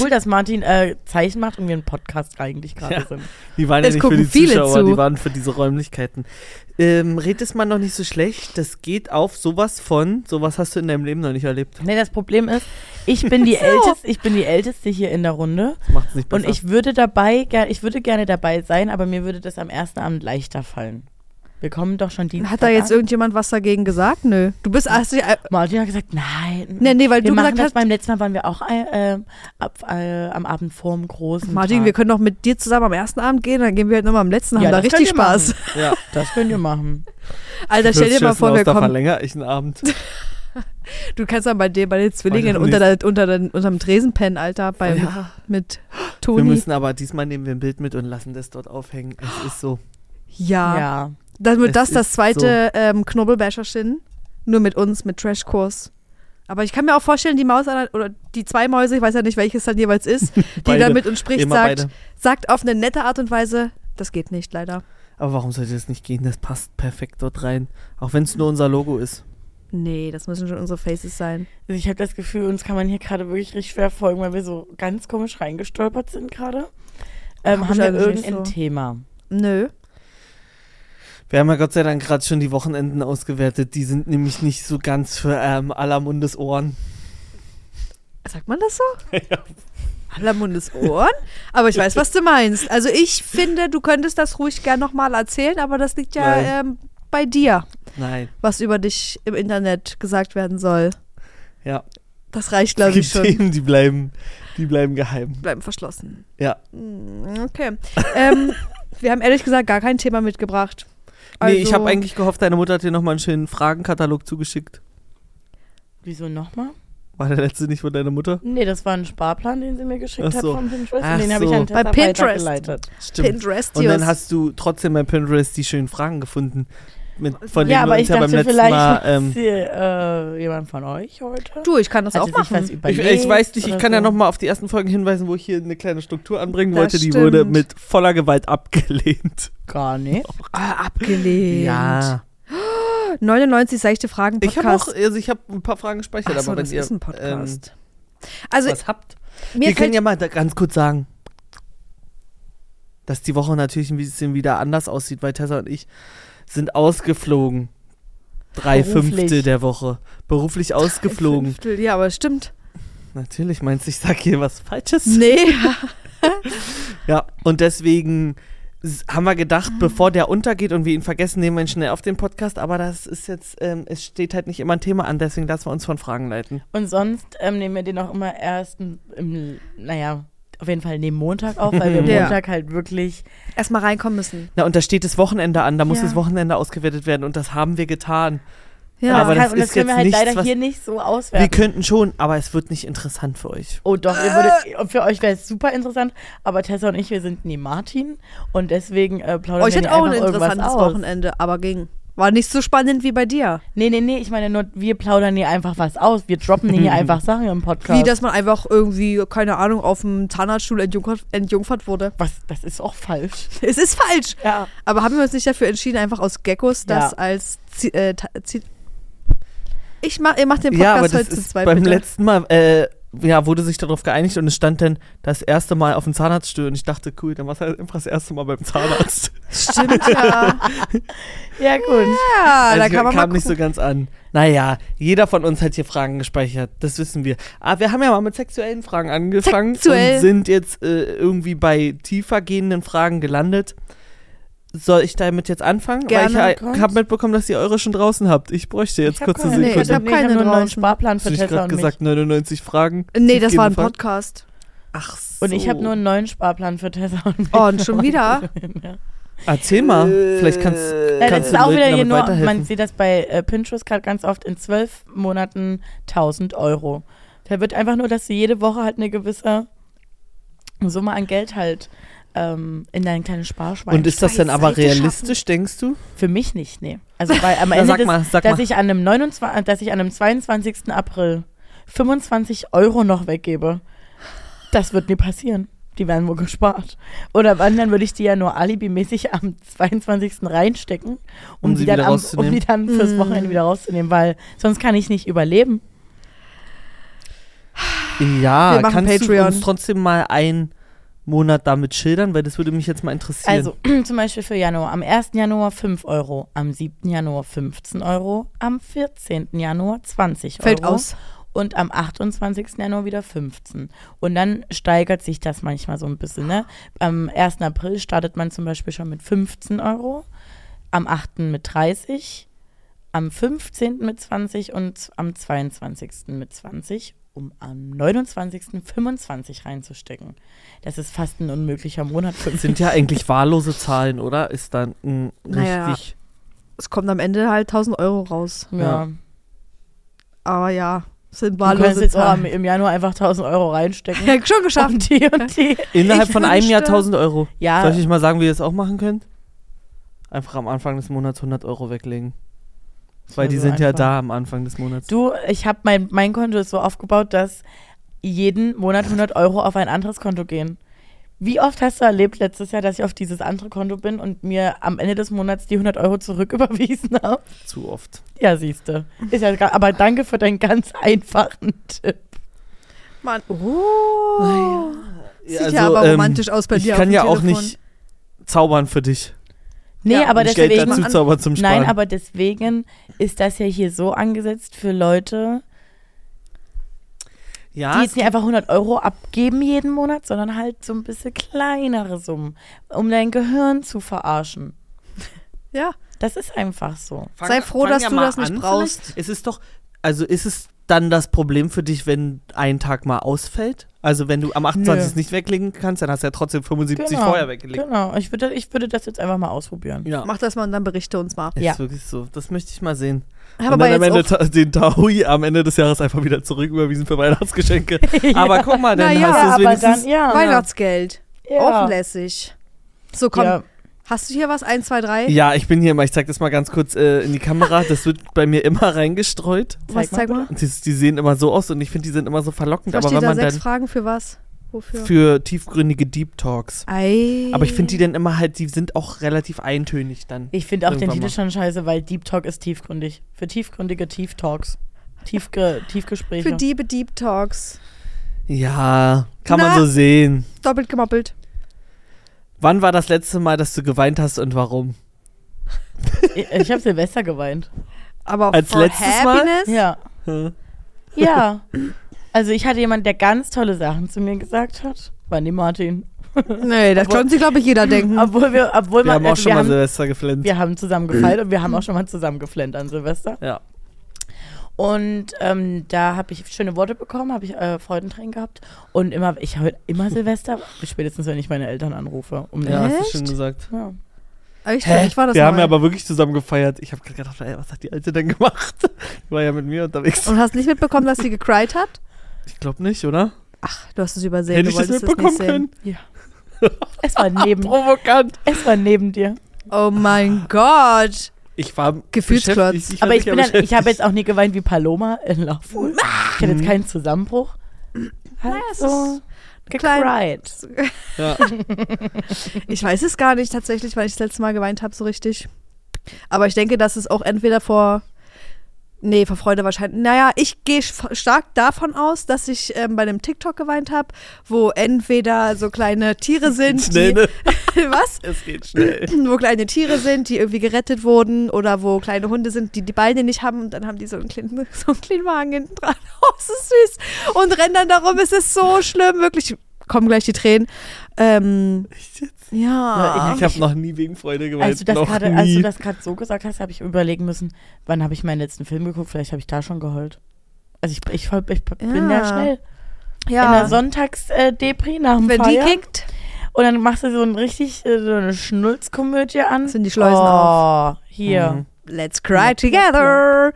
[SPEAKER 3] Cool, dass Martin äh, Zeichen macht und wir einen Podcast eigentlich gerade
[SPEAKER 1] Ja.
[SPEAKER 3] sind.
[SPEAKER 1] Die waren ja
[SPEAKER 2] Es
[SPEAKER 1] nicht für
[SPEAKER 2] gucken
[SPEAKER 1] die
[SPEAKER 2] viele
[SPEAKER 1] Zuschauer,
[SPEAKER 2] zu.
[SPEAKER 1] die waren für diese Räumlichkeiten. Ähm, red es mal noch nicht so schlecht. Das geht auf sowas von, sowas hast du in deinem Leben noch nicht erlebt.
[SPEAKER 3] Nee, das Problem ist, ich bin die älteste, ich bin die älteste hier in der Runde.
[SPEAKER 1] Das macht es nicht besser.
[SPEAKER 3] Und ich würde dabei, ger- ich würde gerne dabei sein, aber mir würde das am ersten Abend leichter fallen. Wir kommen doch schon Dienstag.
[SPEAKER 2] Hat da jetzt
[SPEAKER 3] an.
[SPEAKER 2] irgendjemand was dagegen gesagt? Nö. Du bist also, äh,
[SPEAKER 3] Martin hat gesagt, nein.
[SPEAKER 2] Nee, nee, weil
[SPEAKER 3] wir
[SPEAKER 2] du
[SPEAKER 3] machen
[SPEAKER 2] gesagt
[SPEAKER 3] das
[SPEAKER 2] hast-
[SPEAKER 3] Beim letzten Mal waren wir auch äh, ähm, ab, äh, am Abend vorm großen.
[SPEAKER 2] Martin,
[SPEAKER 3] Tag.
[SPEAKER 2] wir können doch mit dir zusammen am ersten Abend gehen, dann gehen wir halt nochmal am letzten,
[SPEAKER 3] Ja,
[SPEAKER 2] haben da
[SPEAKER 3] das
[SPEAKER 2] richtig
[SPEAKER 3] könnt ihr
[SPEAKER 2] Spaß.
[SPEAKER 3] [LAUGHS]
[SPEAKER 2] [LAUGHS]
[SPEAKER 1] ja.
[SPEAKER 3] Das könnt ihr machen.
[SPEAKER 2] Alter, stell dir mal vor, wir
[SPEAKER 1] da
[SPEAKER 2] kommen.
[SPEAKER 1] verlängere ich einen Abend.
[SPEAKER 2] Du kannst dann bei dir, bei den Zwillingen
[SPEAKER 1] am
[SPEAKER 2] unter, der, unter den, unterm Tresen pennen, Alter, beim,
[SPEAKER 1] Ja.
[SPEAKER 2] mit
[SPEAKER 1] Wir
[SPEAKER 2] Toni.
[SPEAKER 1] müssen aber diesmal nehmen wir ein Bild mit und lassen das dort aufhängen. Es
[SPEAKER 2] Oh.
[SPEAKER 1] ist so.
[SPEAKER 2] Ja.
[SPEAKER 3] Ja.
[SPEAKER 2] Dann wird
[SPEAKER 1] Es
[SPEAKER 2] das das
[SPEAKER 1] ist
[SPEAKER 2] zweite ähm, Knobelbäscherchen. Nur mit uns, mit Trashkurs. Aber ich kann mir auch vorstellen, die Maus an- oder die zwei Mäuse, ich weiß ja nicht, welches dann jeweils
[SPEAKER 1] [LAUGHS]
[SPEAKER 2] ist, die
[SPEAKER 1] Beide.
[SPEAKER 2] dann mit uns spricht,
[SPEAKER 1] Immer
[SPEAKER 2] sagt,
[SPEAKER 1] beide.
[SPEAKER 2] sagt auf eine nette Art und Weise, das geht nicht, leider.
[SPEAKER 1] Aber warum sollte das nicht gehen? Das passt perfekt dort rein. Auch wenn es nur unser Logo ist.
[SPEAKER 2] Nee, das müssen schon unsere Faces sein.
[SPEAKER 3] Also ich habe das Gefühl, uns kann man hier gerade wirklich richtig schwer folgen, weil wir so ganz komisch reingestolpert sind gerade. Ähm,
[SPEAKER 2] Hab
[SPEAKER 3] haben
[SPEAKER 2] ich
[SPEAKER 3] wir
[SPEAKER 2] eigentlich nicht
[SPEAKER 3] irgendein
[SPEAKER 2] so.
[SPEAKER 3] Thema?
[SPEAKER 2] Nö.
[SPEAKER 1] Wir haben ja Gott sei Dank gerade schon die Wochenenden ausgewertet. Die sind nämlich nicht so ganz für ähm, aller Mundesohren.
[SPEAKER 2] Sagt man
[SPEAKER 1] [LAUGHS]
[SPEAKER 2] das so? Aller Mundes Ohren. Aber ich weiß, was du meinst. Also ich finde, du könntest das ruhig gern nochmal erzählen, aber das liegt ja
[SPEAKER 1] Nein.
[SPEAKER 2] ähm, bei dir,
[SPEAKER 1] Nein,
[SPEAKER 2] was über dich im Internet gesagt werden soll.
[SPEAKER 1] ja.
[SPEAKER 2] Das
[SPEAKER 1] Es
[SPEAKER 2] reicht, glaube ich,
[SPEAKER 1] gibt
[SPEAKER 2] schon.
[SPEAKER 1] Themen, die bleiben, die bleiben geheim.
[SPEAKER 2] Bleiben verschlossen.
[SPEAKER 1] Ja.
[SPEAKER 2] Hm, Okay. ähm, wir haben ehrlich gesagt gar kein Thema mitgebracht. Also,
[SPEAKER 1] nee, ich habe eigentlich gehofft, deine Mutter hat dir nochmal einen schönen Fragenkatalog zugeschickt.
[SPEAKER 3] Wieso nochmal?
[SPEAKER 1] War der letzte nicht von deiner Mutter?
[SPEAKER 3] Nee, das war ein Sparplan, den sie mir geschickt
[SPEAKER 1] Ach so.
[SPEAKER 3] hat von Pinterest.
[SPEAKER 1] Ach
[SPEAKER 3] und den habe ich
[SPEAKER 1] so.
[SPEAKER 3] an Tessa
[SPEAKER 2] Bei Pinterest.
[SPEAKER 3] weitergeleitet.
[SPEAKER 1] Stimmt.
[SPEAKER 2] Pinterest.
[SPEAKER 1] Und dann hast du trotzdem bei Pinterest die schönen Fragen gefunden, mit, von denen
[SPEAKER 3] Ja,
[SPEAKER 1] wir
[SPEAKER 3] aber ich
[SPEAKER 1] uns ja beim
[SPEAKER 3] dachte,
[SPEAKER 1] letzten
[SPEAKER 3] vielleicht
[SPEAKER 1] Mal...
[SPEAKER 2] [LAUGHS]
[SPEAKER 3] ist
[SPEAKER 1] Ähm,
[SPEAKER 3] hier, äh, jemand von euch heute.
[SPEAKER 2] du, ich kann das
[SPEAKER 3] Hat
[SPEAKER 2] auch
[SPEAKER 3] sie sich was
[SPEAKER 2] machen.
[SPEAKER 1] ich,
[SPEAKER 3] überlegt
[SPEAKER 1] ich weiß nicht, ich
[SPEAKER 3] oder
[SPEAKER 1] kann ja
[SPEAKER 3] so.
[SPEAKER 1] nochmal auf die ersten Folgen hinweisen, wo ich hier eine kleine Struktur anbringen
[SPEAKER 2] Das
[SPEAKER 1] wollte. Die wurde
[SPEAKER 2] stimmt.
[SPEAKER 1] mit voller Gewalt abgelehnt.
[SPEAKER 3] Gar nicht.
[SPEAKER 2] Ah, abgelehnt. 99 seichte Fragen
[SPEAKER 1] Ich habe auch,
[SPEAKER 2] Podcast.
[SPEAKER 1] also ich habe ein paar Fragen gespeichert,
[SPEAKER 2] Ach so,
[SPEAKER 1] aber wenn
[SPEAKER 2] das
[SPEAKER 1] ihr
[SPEAKER 2] ist ein
[SPEAKER 1] Ähm,
[SPEAKER 2] Podcast. also
[SPEAKER 1] was habt,
[SPEAKER 2] mir
[SPEAKER 1] wir können
[SPEAKER 2] fällt
[SPEAKER 1] ja mal da ganz kurz sagen, dass die Woche natürlich ein bisschen wieder anders aussieht, weil Tessa und ich sind ausgeflogen. Drei
[SPEAKER 3] Beruflich.
[SPEAKER 1] Fünfte der Woche. Beruflich ausgeflogen.
[SPEAKER 2] Fünftel, ja, aber stimmt.
[SPEAKER 1] Natürlich meinst du, ich sag hier was Falsches?
[SPEAKER 2] Nee,
[SPEAKER 1] Ja, und deswegen s- haben wir gedacht, bevor der untergeht und wir ihn vergessen, nehmen wir ihn schnell auf den Podcast. Aber das ist jetzt, ähm, es steht halt nicht immer ein Thema an, deswegen lassen wir uns von Fragen leiten.
[SPEAKER 3] Und sonst ähm, nehmen wir den auch immer erst im, naja, auf jeden Fall neben Montag auf,
[SPEAKER 1] [LAUGHS]
[SPEAKER 3] weil wir
[SPEAKER 2] Ja.
[SPEAKER 3] Montag halt wirklich
[SPEAKER 2] [LAUGHS] erstmal reinkommen müssen.
[SPEAKER 1] Na, und da steht das Wochenende an, da muss
[SPEAKER 3] Ja.
[SPEAKER 1] das Wochenende ausgewertet werden und das haben wir getan.
[SPEAKER 2] Ja,
[SPEAKER 1] Aber das
[SPEAKER 3] das, kann, und das
[SPEAKER 1] ist
[SPEAKER 3] können wir
[SPEAKER 1] jetzt
[SPEAKER 3] halt
[SPEAKER 1] nichts,
[SPEAKER 3] leider
[SPEAKER 1] was-
[SPEAKER 3] hier nicht so
[SPEAKER 1] Wir
[SPEAKER 3] auswerten.
[SPEAKER 1] könnten schon, aber es wird nicht interessant für euch.
[SPEAKER 3] oh doch, ihr
[SPEAKER 1] Ah!
[SPEAKER 3] würdet, für euch wäre es super interessant, aber Tessa und ich, wir sind nie Martin und deswegen äh, plaudern
[SPEAKER 2] oh, ich
[SPEAKER 3] wir
[SPEAKER 2] hätte
[SPEAKER 3] hier
[SPEAKER 2] auch ein
[SPEAKER 3] einfach irgendwas
[SPEAKER 2] interessantes
[SPEAKER 3] aus.
[SPEAKER 2] Wochenende, aber ging. War nicht so spannend wie bei dir.
[SPEAKER 3] Nee, nee, nee, ich meine nur, wir plaudern hier einfach was aus. Wir droppen
[SPEAKER 1] [LAUGHS]
[SPEAKER 3] hier einfach Sachen im Podcast.
[SPEAKER 2] Wie, dass man einfach irgendwie, keine Ahnung, auf dem Zahnarztstuhl entjungfert, entjungfert wurde. [LAUGHS]
[SPEAKER 3] was, das ist auch falsch.
[SPEAKER 2] Es ist falsch.
[SPEAKER 3] Ja.
[SPEAKER 2] Aber haben wir uns nicht dafür entschieden, einfach aus Geckos das
[SPEAKER 3] Ja.
[SPEAKER 2] als Zi äh, Ta- Zi Ich mach, ihr macht den
[SPEAKER 1] ja,
[SPEAKER 2] Podcast
[SPEAKER 1] aber das
[SPEAKER 2] heute zu
[SPEAKER 1] ist
[SPEAKER 2] zweit,
[SPEAKER 1] beim
[SPEAKER 2] bitte. [LAUGHS]
[SPEAKER 1] letzten Mal, äh, ja, wurde sich darauf geeinigt und es stand dann das erste Mal auf dem Zahnarztstuhl und ich dachte, cool, dann war es halt einfach das erste Mal beim
[SPEAKER 2] [LAUGHS]
[SPEAKER 1] Zahnarzt.
[SPEAKER 2] Stimmt, ja.
[SPEAKER 3] Ja, gut.
[SPEAKER 2] ja, Ah, da
[SPEAKER 1] Also
[SPEAKER 2] kann man
[SPEAKER 1] kam
[SPEAKER 2] mal
[SPEAKER 1] nicht so ganz an. Naja, jeder von uns hat hier Fragen gespeichert, das wissen wir. Aber wir haben ja mal mit sexuellen Fragen angefangen
[SPEAKER 2] Sexuell.
[SPEAKER 1] und sind jetzt äh, irgendwie bei tiefer gehenden Fragen gelandet. Soll ich damit jetzt anfangen?
[SPEAKER 2] Gerne.
[SPEAKER 1] Weil ich äh, habe mitbekommen, dass ihr eure schon draußen habt. Ich bräuchte jetzt
[SPEAKER 3] Ich hab
[SPEAKER 1] kurze
[SPEAKER 3] keine-
[SPEAKER 2] nee,
[SPEAKER 1] Sekunde.
[SPEAKER 2] ich hab keine
[SPEAKER 3] nur einen neuen
[SPEAKER 2] draußen.
[SPEAKER 3] Sparplan für
[SPEAKER 1] Hast du nicht
[SPEAKER 3] Tessa
[SPEAKER 1] gerade
[SPEAKER 3] und
[SPEAKER 1] gesagt, 99 Fragen?
[SPEAKER 2] Nee, das war ein
[SPEAKER 1] Fragen?
[SPEAKER 2] Podcast.
[SPEAKER 1] Ach so.
[SPEAKER 3] mich. Und ich habe nur einen neuen Sparplan für Tessa und mich.
[SPEAKER 2] Oh, und
[SPEAKER 1] [LAUGHS]
[SPEAKER 2] schon wieder?
[SPEAKER 1] Erzähl mal, vielleicht kannst,
[SPEAKER 3] Ja, Äh,
[SPEAKER 2] äh,
[SPEAKER 3] das
[SPEAKER 1] kannst
[SPEAKER 3] ist
[SPEAKER 1] du
[SPEAKER 3] auch
[SPEAKER 1] den Leuten
[SPEAKER 3] wieder hier
[SPEAKER 1] damit
[SPEAKER 3] nur,
[SPEAKER 1] weiterhelfen.
[SPEAKER 3] man sieht das bei äh, Pinterest gerade ganz oft, in zwölf Monaten 1000 Euro. Da wird einfach nur, dass du jede Woche halt eine gewisse Summe an Geld halt ähm, in dein kleines Sparschwein.
[SPEAKER 1] Und ist das denn
[SPEAKER 2] Scheiße,
[SPEAKER 1] aber
[SPEAKER 2] hätte ich schaffen.
[SPEAKER 1] realistisch, denkst du?
[SPEAKER 3] Für mich nicht, nee. Also weil
[SPEAKER 1] [LAUGHS]
[SPEAKER 3] am
[SPEAKER 1] Na,
[SPEAKER 3] Ende
[SPEAKER 1] sag
[SPEAKER 3] des,
[SPEAKER 1] mal, sag
[SPEAKER 3] dass
[SPEAKER 1] mal.
[SPEAKER 3] ich an einem 29, dass ich an einem 22. April 25 Euro noch weggebe, das wird nie passieren. Die werden wohl gespart. Oder wann, dann würde ich die ja nur alibimäßig am 22. reinstecken, um,
[SPEAKER 1] Um
[SPEAKER 3] die
[SPEAKER 1] sie
[SPEAKER 3] dann
[SPEAKER 1] wieder
[SPEAKER 3] am, um
[SPEAKER 1] rauszunehmen. Mm.
[SPEAKER 3] die dann fürs Wochenende wieder rauszunehmen, weil sonst kann ich nicht überleben.
[SPEAKER 1] Ja,
[SPEAKER 2] Wir machen
[SPEAKER 1] kannst du
[SPEAKER 2] Patreon.
[SPEAKER 1] uns trotzdem mal einen Monat damit schildern? Weil das würde mich jetzt mal interessieren.
[SPEAKER 3] Also [CLEARS THROAT] zum Beispiel für Januar. Am 1. Januar 5 Euro, am 7. Januar 15 Euro, am 14. Januar 20 Euro.
[SPEAKER 2] Fällt aus.
[SPEAKER 3] und am 28. Januar wieder 15. Und dann steigert sich das manchmal so ein bisschen. Ne? Am 1. April startet man zum Beispiel schon mit 15 Euro, am 8. mit 30, am 15. mit 20 und am 22. mit 20, um am 29. 25 reinzustecken. Das ist fast ein unmöglicher Monat für mich.
[SPEAKER 1] sind ja eigentlich wahllose Zahlen, oder? Ist dann mm,
[SPEAKER 2] Naja.
[SPEAKER 1] richtig.
[SPEAKER 2] Es kommt am Ende halt 1000 Euro raus.
[SPEAKER 3] ja.
[SPEAKER 2] Aber ja, es sind
[SPEAKER 3] Du kannst
[SPEAKER 2] wahllose
[SPEAKER 3] jetzt auch am-
[SPEAKER 2] Zahlen.
[SPEAKER 3] im Januar einfach 1000 Euro reinstecken.
[SPEAKER 2] Ja, schon geschafft.
[SPEAKER 3] Und [LAUGHS] die und die.
[SPEAKER 1] Innerhalb
[SPEAKER 2] Ich
[SPEAKER 1] von einem Jahr
[SPEAKER 2] wünschte-
[SPEAKER 1] 1000 Euro.
[SPEAKER 3] Ja,
[SPEAKER 1] Soll ich euch mal sagen, wie ihr das auch machen könnt? Einfach am Anfang des Monats 100 Euro weglegen. Weil
[SPEAKER 3] Ja,
[SPEAKER 1] die
[SPEAKER 3] so
[SPEAKER 1] sind ja
[SPEAKER 3] einfach.
[SPEAKER 1] da am Anfang des Monats.
[SPEAKER 3] Du, ich habe mein, mein Konto ist so aufgebaut, dass jeden Monat 100 Euro auf ein anderes Konto gehen. Wie oft hast du erlebt letztes Jahr, dass ich auf dieses andere Konto bin und mir am Ende des Monats die 100 Euro zurücküberwiesen [LAUGHS] habe?
[SPEAKER 1] Zu oft.
[SPEAKER 3] Ja, siehste. Ist ja, gar- aber danke für deinen ganz einfachen Tipp.
[SPEAKER 2] Mann. Oh. Sieht ja aber romantisch aus bei
[SPEAKER 1] also, ähm, ich
[SPEAKER 2] dir auf
[SPEAKER 1] kann
[SPEAKER 2] dem
[SPEAKER 1] ja auch
[SPEAKER 2] Telefon.
[SPEAKER 1] nicht zaubern für dich.
[SPEAKER 3] Nee,
[SPEAKER 2] Ja.
[SPEAKER 3] aber
[SPEAKER 1] Nicht Geld
[SPEAKER 3] deswegen.
[SPEAKER 1] dazu zu, aber zum Sparen.
[SPEAKER 3] Nein, aber deswegen ist das ja hier so angesetzt für Leute, die
[SPEAKER 1] ja,
[SPEAKER 3] jetzt nicht einfach 100 Euro abgeben jeden Monat, sondern halt so ein bisschen kleinere Summen, um dein Gehirn zu verarschen.
[SPEAKER 2] Ja.
[SPEAKER 3] Das ist einfach so.
[SPEAKER 1] fang-
[SPEAKER 2] sei froh,
[SPEAKER 1] fang
[SPEAKER 2] dass
[SPEAKER 1] ja
[SPEAKER 2] du
[SPEAKER 1] mal
[SPEAKER 2] das nicht
[SPEAKER 1] an
[SPEAKER 2] brauchst.
[SPEAKER 1] vielleicht. Es ist doch, also ist es dann das Problem für dich, wenn ein Tag mal ausfällt? Also wenn du am 28.
[SPEAKER 3] Nö.
[SPEAKER 1] nicht weglegen kannst, dann hast du ja trotzdem 75
[SPEAKER 3] Genau,
[SPEAKER 1] vorher weggelegt.
[SPEAKER 3] Genau, ich würde, ich würde das jetzt einfach mal ausprobieren.
[SPEAKER 1] Ja.
[SPEAKER 2] Mach das mal und dann berichte uns mal.
[SPEAKER 1] Ist
[SPEAKER 3] Ja.
[SPEAKER 1] wirklich so. Das möchte ich mal sehen.
[SPEAKER 2] Ich
[SPEAKER 1] und
[SPEAKER 2] habe
[SPEAKER 1] dann am
[SPEAKER 2] aber
[SPEAKER 1] Ende
[SPEAKER 2] jetzt auch,
[SPEAKER 1] ta den Taui am Ende des Jahres einfach wieder zurück überwiesen für Weihnachtsgeschenke. [LAUGHS]
[SPEAKER 3] [LAUGHS]
[SPEAKER 1] Aber guck mal, dann
[SPEAKER 2] Na [LAUGHS] ja,
[SPEAKER 1] hast du es
[SPEAKER 3] aber
[SPEAKER 1] wenigstens.
[SPEAKER 3] dann, ja. ne.
[SPEAKER 2] Weihnachtsgeld.
[SPEAKER 3] ja.
[SPEAKER 2] Auch lässig. So, komm.
[SPEAKER 3] Ja.
[SPEAKER 2] Hast du hier was? Eins, zwei, drei?
[SPEAKER 1] ja, ich bin hier mal, ich zeig das mal ganz kurz äh, in die Kamera. Das wird
[SPEAKER 2] [LAUGHS]
[SPEAKER 1] bei mir immer reingestreut.
[SPEAKER 2] was, zeig mal.
[SPEAKER 1] Und Die, die sehen immer so aus und ich finde, die sind immer so verlockend.
[SPEAKER 2] Was
[SPEAKER 1] Aber
[SPEAKER 2] steht
[SPEAKER 1] wenn
[SPEAKER 2] da?
[SPEAKER 1] man
[SPEAKER 2] Sechs
[SPEAKER 1] dann
[SPEAKER 2] Fragen für was? Wofür?
[SPEAKER 1] für tiefgründige Deep Talks.
[SPEAKER 2] Ei.
[SPEAKER 1] Aber ich finde die dann immer halt, die sind auch relativ eintönig dann.
[SPEAKER 3] Ich finde auch den
[SPEAKER 1] Irgendwann
[SPEAKER 3] Titel
[SPEAKER 1] mal.
[SPEAKER 3] schon scheiße, weil Deep Talk ist tiefgründig. Für tiefgründige Tief Talks. Tiefge Tiefgespräche.
[SPEAKER 2] Für Diebe Deep Talks.
[SPEAKER 1] Ja, kann
[SPEAKER 2] Na.
[SPEAKER 1] man so sehen.
[SPEAKER 2] Doppelt gemoppelt.
[SPEAKER 1] Wann war das letzte Mal, dass du geweint hast und warum?
[SPEAKER 3] [LAUGHS] Ich, ich habe Silvester geweint.
[SPEAKER 2] Aber
[SPEAKER 1] Als
[SPEAKER 2] for
[SPEAKER 1] letztes Mal?
[SPEAKER 2] Happiness?
[SPEAKER 3] Ja.
[SPEAKER 1] Hm. [LAUGHS]
[SPEAKER 3] Ja. Also ich hatte jemanden, der ganz tolle Sachen zu mir gesagt hat. War nie Martin.
[SPEAKER 2] Nee, das
[SPEAKER 3] Obwohl-
[SPEAKER 2] konnte sich, glaube ich, jeder denken.
[SPEAKER 3] Obwohl wir, obwohl
[SPEAKER 1] Wir
[SPEAKER 3] man,
[SPEAKER 1] haben
[SPEAKER 2] äh,
[SPEAKER 1] auch
[SPEAKER 3] also
[SPEAKER 1] schon
[SPEAKER 3] wir,
[SPEAKER 1] mal
[SPEAKER 3] haben,
[SPEAKER 1] Silvester geflennt.
[SPEAKER 3] wir haben zusammen gefeiert und wir haben auch schon mal zusammen geflennt an Silvester.
[SPEAKER 1] Ja.
[SPEAKER 3] Und ähm, da habe ich schöne Worte bekommen, habe ich äh, Freudentränen gehabt. Und immer, ich höre immer Silvester, spätestens wenn ich meine Eltern anrufe. Um
[SPEAKER 1] Ja, hast
[SPEAKER 2] Echt?
[SPEAKER 1] du schön gesagt.
[SPEAKER 3] ja.
[SPEAKER 2] Aber ich, ich war das
[SPEAKER 1] wir
[SPEAKER 2] mal.
[SPEAKER 1] haben ja aber wirklich zusammen gefeiert. Ich habe gedacht, ey, was hat die Alte denn gemacht? [LAUGHS] Die war ja mit mir unterwegs.
[SPEAKER 2] Und hast nicht mitbekommen, dass sie gecried hat?
[SPEAKER 1] Ich glaube nicht, oder?
[SPEAKER 2] Ach, du hast es übersehen.
[SPEAKER 1] Hätte
[SPEAKER 2] du
[SPEAKER 1] ich das
[SPEAKER 2] wolltest
[SPEAKER 1] mitbekommen
[SPEAKER 2] nicht sehen.
[SPEAKER 1] können?
[SPEAKER 3] Es war neben,
[SPEAKER 1] Provokant.
[SPEAKER 3] es war neben dir.
[SPEAKER 2] Oh mein Gott.
[SPEAKER 1] Ich war
[SPEAKER 2] Gefühlsklotz.
[SPEAKER 1] beschäftigt. war
[SPEAKER 3] Aber ich,
[SPEAKER 1] sicher
[SPEAKER 3] bin dann, ich habe
[SPEAKER 1] beschäftigt.
[SPEAKER 3] jetzt auch nie geweint wie Paloma in Love. Ich hatte jetzt keinen Zusammenbruch. Halt
[SPEAKER 2] es
[SPEAKER 3] so
[SPEAKER 2] klein-
[SPEAKER 3] gecried. [LAUGHS]
[SPEAKER 1] Ja.
[SPEAKER 2] Ich weiß es gar nicht tatsächlich, weil ich das letzte Mal geweint habe, so richtig. Aber ich denke, dass es auch entweder vor. Nee, vor Freude wahrscheinlich. Naja, ich gehe sch- stark davon aus, dass ich ähm, bei einem TikTok geweint habe, wo entweder so kleine Tiere
[SPEAKER 1] [LAUGHS]
[SPEAKER 2] sind,
[SPEAKER 1] Schnell, ne?
[SPEAKER 2] die. [LAUGHS] Was?
[SPEAKER 1] Es geht
[SPEAKER 3] [LAUGHS]
[SPEAKER 1] schnell.
[SPEAKER 2] wo kleine Tiere sind, die irgendwie gerettet wurden oder wo kleine Hunde sind, die die Beine nicht haben und dann haben die so einen kleinen, [LAUGHS] so einen kleinen Wagen hinten dran. [LAUGHS] Oh, es ist süß. Und rennen dann darum, es ist so schlimm, wirklich. Kommen gleich die Tränen. Ähm,
[SPEAKER 1] Echt jetzt?
[SPEAKER 2] ja.
[SPEAKER 1] Ich habe noch nie wegen Freude geweint.
[SPEAKER 3] Als du das
[SPEAKER 1] noch
[SPEAKER 3] gerade,
[SPEAKER 1] nie.
[SPEAKER 3] als du das gerade so gesagt hast, habe ich überlegen müssen, wann habe ich meinen letzten Film geguckt? Vielleicht habe ich da schon geheult. Also ich, ich, heul- ich bin
[SPEAKER 2] Ja.
[SPEAKER 3] ja schnell in
[SPEAKER 2] ja.
[SPEAKER 3] der Sonntagsdepri nach dem
[SPEAKER 2] Wenn die
[SPEAKER 3] Feier.
[SPEAKER 2] kickt,
[SPEAKER 3] und dann machst du so ein richtig äh, so eine Schnulzkomödie an.
[SPEAKER 2] Sind die Schleusen
[SPEAKER 3] oh,
[SPEAKER 2] auf.
[SPEAKER 3] Hier.
[SPEAKER 1] Mhm.
[SPEAKER 2] let's cry together.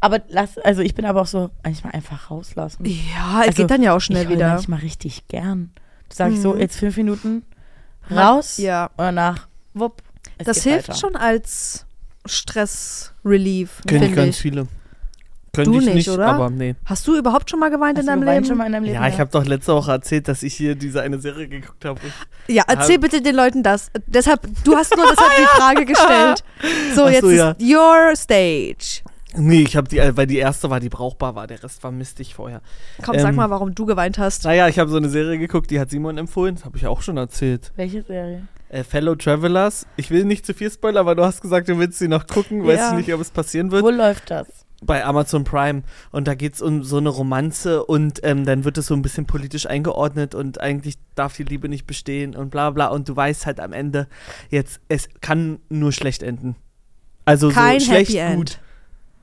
[SPEAKER 3] Aber lass, also ich bin aber auch so manchmal einfach rauslassen.
[SPEAKER 2] Ja, es
[SPEAKER 3] Also,
[SPEAKER 2] geht dann ja auch schnell
[SPEAKER 3] ich heul
[SPEAKER 2] wieder.
[SPEAKER 3] manchmal richtig gern. Da sage ich so,
[SPEAKER 2] Mhm.
[SPEAKER 3] jetzt fünf Minuten raus
[SPEAKER 2] Ja.
[SPEAKER 3] und danach wupp. es
[SPEAKER 2] Das
[SPEAKER 3] geht
[SPEAKER 2] hilft
[SPEAKER 3] weiter.
[SPEAKER 2] schon als Stress-Relief,
[SPEAKER 1] Können
[SPEAKER 2] finde
[SPEAKER 1] ganz
[SPEAKER 2] ich.
[SPEAKER 1] viele. Könnte
[SPEAKER 2] Du
[SPEAKER 1] ich
[SPEAKER 2] nicht,
[SPEAKER 1] nicht,
[SPEAKER 2] oder?
[SPEAKER 1] aber nee.
[SPEAKER 2] Hast du überhaupt schon mal geweint
[SPEAKER 3] Hast
[SPEAKER 2] in
[SPEAKER 3] du
[SPEAKER 2] deinem
[SPEAKER 3] geweint
[SPEAKER 2] Leben?
[SPEAKER 3] schon mal in deinem Leben?
[SPEAKER 1] Ja, ich habe doch letzte Woche erzählt, dass ich hier diese eine Serie geguckt habe.
[SPEAKER 2] Ja, erzähl
[SPEAKER 1] Ähm.
[SPEAKER 2] bitte den Leuten das. Deshalb, du hast nur
[SPEAKER 3] [LAUGHS] Ah,
[SPEAKER 2] deshalb die Frage gestellt. So,
[SPEAKER 1] Ach so,
[SPEAKER 2] jetzt
[SPEAKER 1] ja.
[SPEAKER 2] ist your stage.
[SPEAKER 1] Nee, ich habe die, weil die erste war, die brauchbar war, der Rest war mistig vorher.
[SPEAKER 2] Komm, sag
[SPEAKER 1] Ähm.
[SPEAKER 2] mal, warum du geweint hast.
[SPEAKER 1] Naja, ich habe so eine Serie geguckt, die hat Simon empfohlen, das habe ich ja auch schon erzählt.
[SPEAKER 3] Welche Serie?
[SPEAKER 1] Äh, Fellow Travelers, ich will nicht zu viel spoilern, aber du hast gesagt, du willst sie noch gucken, weißt
[SPEAKER 2] Ja.
[SPEAKER 1] du nicht, ob es passieren wird.
[SPEAKER 3] Wo läuft das?
[SPEAKER 1] bei Amazon Prime und da geht's um so eine Romanze und ähm, dann wird es so ein bisschen politisch eingeordnet und eigentlich darf die Liebe nicht bestehen und bla bla und du weißt halt am Ende jetzt, es kann nur schlecht enden. Also
[SPEAKER 2] Kein
[SPEAKER 1] so schlecht
[SPEAKER 2] Happy End.
[SPEAKER 1] gut.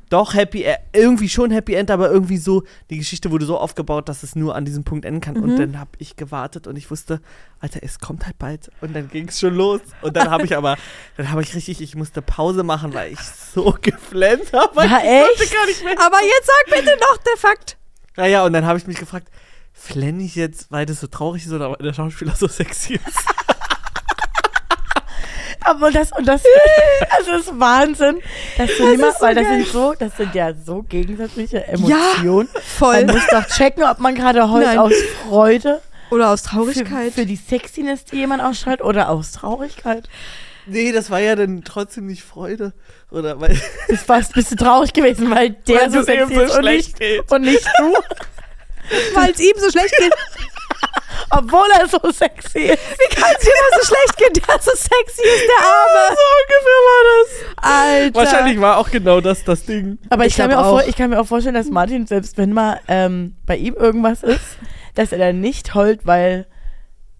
[SPEAKER 1] Doch, Happy End, irgendwie schon Happy End, aber irgendwie so, die Geschichte wurde so aufgebaut, dass es nur an diesem Punkt enden kann.
[SPEAKER 2] Mhm.
[SPEAKER 1] Und dann habe ich gewartet und ich wusste, Alter, es kommt halt bald. Und dann ging es schon los. Und dann habe ich aber, dann habe ich richtig, ich musste Pause machen, weil ich so [LAUGHS] geflennt habe. weil
[SPEAKER 3] War
[SPEAKER 1] ich konnte
[SPEAKER 3] echt?
[SPEAKER 1] gar nicht mehr.
[SPEAKER 2] Aber jetzt sag bitte noch der Fakt.
[SPEAKER 1] Ja, ja, und dann habe ich mich gefragt, flenne ich jetzt, weil das so traurig ist oder weil der Schauspieler so sexy [LAUGHS] ist?
[SPEAKER 3] Aber das
[SPEAKER 2] [LAUGHS]
[SPEAKER 3] und das, das ist Wahnsinn. Dass du immer,
[SPEAKER 2] ist so
[SPEAKER 3] weil das
[SPEAKER 2] geil.
[SPEAKER 3] sind so, das sind ja so gegensätzliche Emotionen.
[SPEAKER 2] Voll.
[SPEAKER 3] Man muss doch checken, ob
[SPEAKER 2] [LAUGHS]
[SPEAKER 3] man gerade heult
[SPEAKER 2] Nein.
[SPEAKER 3] aus Freude,
[SPEAKER 2] Oder aus
[SPEAKER 3] für,
[SPEAKER 2] Traurigkeit.
[SPEAKER 3] Halt für die Sexiness, die jemand ausstrahlt, oder aus Traurigkeit.
[SPEAKER 1] Nee, das war ja dann trotzdem nicht Freude. Oder weil.
[SPEAKER 3] Bist fast bist du traurig gewesen, weil der
[SPEAKER 1] Weil
[SPEAKER 3] so
[SPEAKER 1] es ihm
[SPEAKER 3] sexy
[SPEAKER 1] so
[SPEAKER 3] ist und
[SPEAKER 1] schlecht
[SPEAKER 3] nicht,
[SPEAKER 1] geht.
[SPEAKER 3] und nicht du.
[SPEAKER 2] Weil es ihm so schlecht geht.
[SPEAKER 3] Obwohl er so sexy ist.
[SPEAKER 2] [LAUGHS] Wie kann es immer so schlecht gehen? Der so sexy
[SPEAKER 1] [LAUGHS]
[SPEAKER 2] ist, der Arme.
[SPEAKER 1] ungefähr war
[SPEAKER 3] Oh,
[SPEAKER 2] Alter.
[SPEAKER 1] Wahrscheinlich war auch genau das das Ding. [LAUGHS]
[SPEAKER 3] Aber ich,
[SPEAKER 2] Ich
[SPEAKER 3] kann, mir
[SPEAKER 2] glaub
[SPEAKER 3] auch vor,
[SPEAKER 2] auch.
[SPEAKER 3] ich kann mir auch vorstellen, dass Martin, selbst wenn mal ähm, bei ihm irgendwas ist, dass er dann nicht heult, weil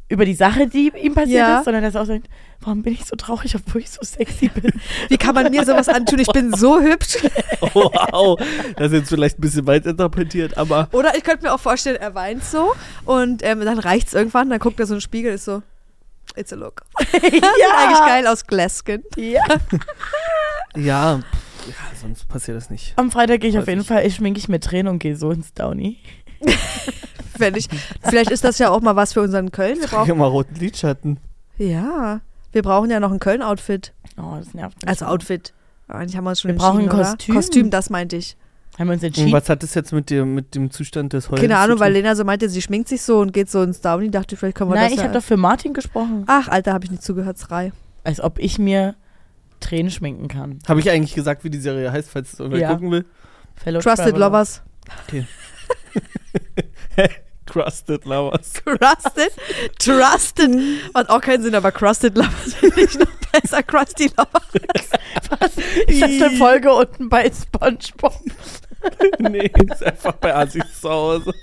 [SPEAKER 3] über die Sache, die ihm passiert
[SPEAKER 2] Ja.
[SPEAKER 3] ist, sondern dass er auch sagt, warum bin ich so traurig, obwohl ich so sexy bin.
[SPEAKER 2] [LAUGHS] Wie kann man mir sowas antun? Ich bin so
[SPEAKER 3] [LAUGHS]
[SPEAKER 2] hübsch.
[SPEAKER 1] Wow. Das ist jetzt vielleicht ein bisschen weit interpretiert, aber
[SPEAKER 2] Oder ich könnte mir auch vorstellen, er weint so und ähm, dann reicht es irgendwann, dann guckt er so in den Spiegel und ist so, it's a look. [LAUGHS]
[SPEAKER 3] ja,
[SPEAKER 2] Sieht eigentlich geil aus Glaskin.
[SPEAKER 3] Ja.
[SPEAKER 1] ja. pff, ja sonst passiert das nicht.
[SPEAKER 3] Am Freitag gehe ich
[SPEAKER 1] Weiß
[SPEAKER 3] auf jeden
[SPEAKER 1] ich.
[SPEAKER 3] Fall, ich schminke ich mit Tränen und gehe so ins Downy.
[SPEAKER 2] Wenn ich, vielleicht ist das ja auch mal was für unseren Köln. Wir
[SPEAKER 1] Ich
[SPEAKER 3] [LAUGHS]
[SPEAKER 2] brauchen,
[SPEAKER 1] mal roten Lidschatten.
[SPEAKER 2] ja, wir brauchen ja noch ein Köln-Outfit.
[SPEAKER 3] Oh, das nervt mich.
[SPEAKER 2] Also Outfit. Eigentlich haben wir uns schon
[SPEAKER 3] Wir brauchen
[SPEAKER 2] entschieden,
[SPEAKER 3] ein
[SPEAKER 2] oder?
[SPEAKER 3] Kostüm.
[SPEAKER 2] Kostüm, das meinte ich.
[SPEAKER 3] Haben wir uns
[SPEAKER 1] Und
[SPEAKER 3] entschieden.
[SPEAKER 1] was hat das jetzt mit dem, mit dem Zustand des Heulens
[SPEAKER 2] Keine Ahnung,
[SPEAKER 1] zu
[SPEAKER 2] weil
[SPEAKER 1] tun?
[SPEAKER 2] Lena so meinte, sie schminkt sich so und geht so ins Downy. Dachte ich, vielleicht können wir
[SPEAKER 3] Nein,
[SPEAKER 2] das
[SPEAKER 3] ich
[SPEAKER 2] ja.
[SPEAKER 3] habe doch für Martin gesprochen.
[SPEAKER 2] Ach, Alter, habe ich nicht zugehört, Schrei.
[SPEAKER 3] Als ob ich mir Tränen schminken kann.
[SPEAKER 1] Habe ich eigentlich gesagt, wie die Serie heißt, falls es irgendwer
[SPEAKER 3] Ja.
[SPEAKER 1] gucken will?
[SPEAKER 3] Fellow
[SPEAKER 2] Trusted
[SPEAKER 3] Traveler.
[SPEAKER 1] [LAUGHS]
[SPEAKER 2] Lovers.
[SPEAKER 1] Crusted Lovers.
[SPEAKER 2] Crusted? Trusted. Macht auch keinen Sinn, aber Crusted Lovers [LAUGHS] finde ich noch besser. Crusty Lovers.
[SPEAKER 3] Ist das eine Folge unten bei
[SPEAKER 2] [LAUGHS]
[SPEAKER 3] Spongebob?
[SPEAKER 1] [LAUGHS] nee, ist einfach bei Asis zu Hause.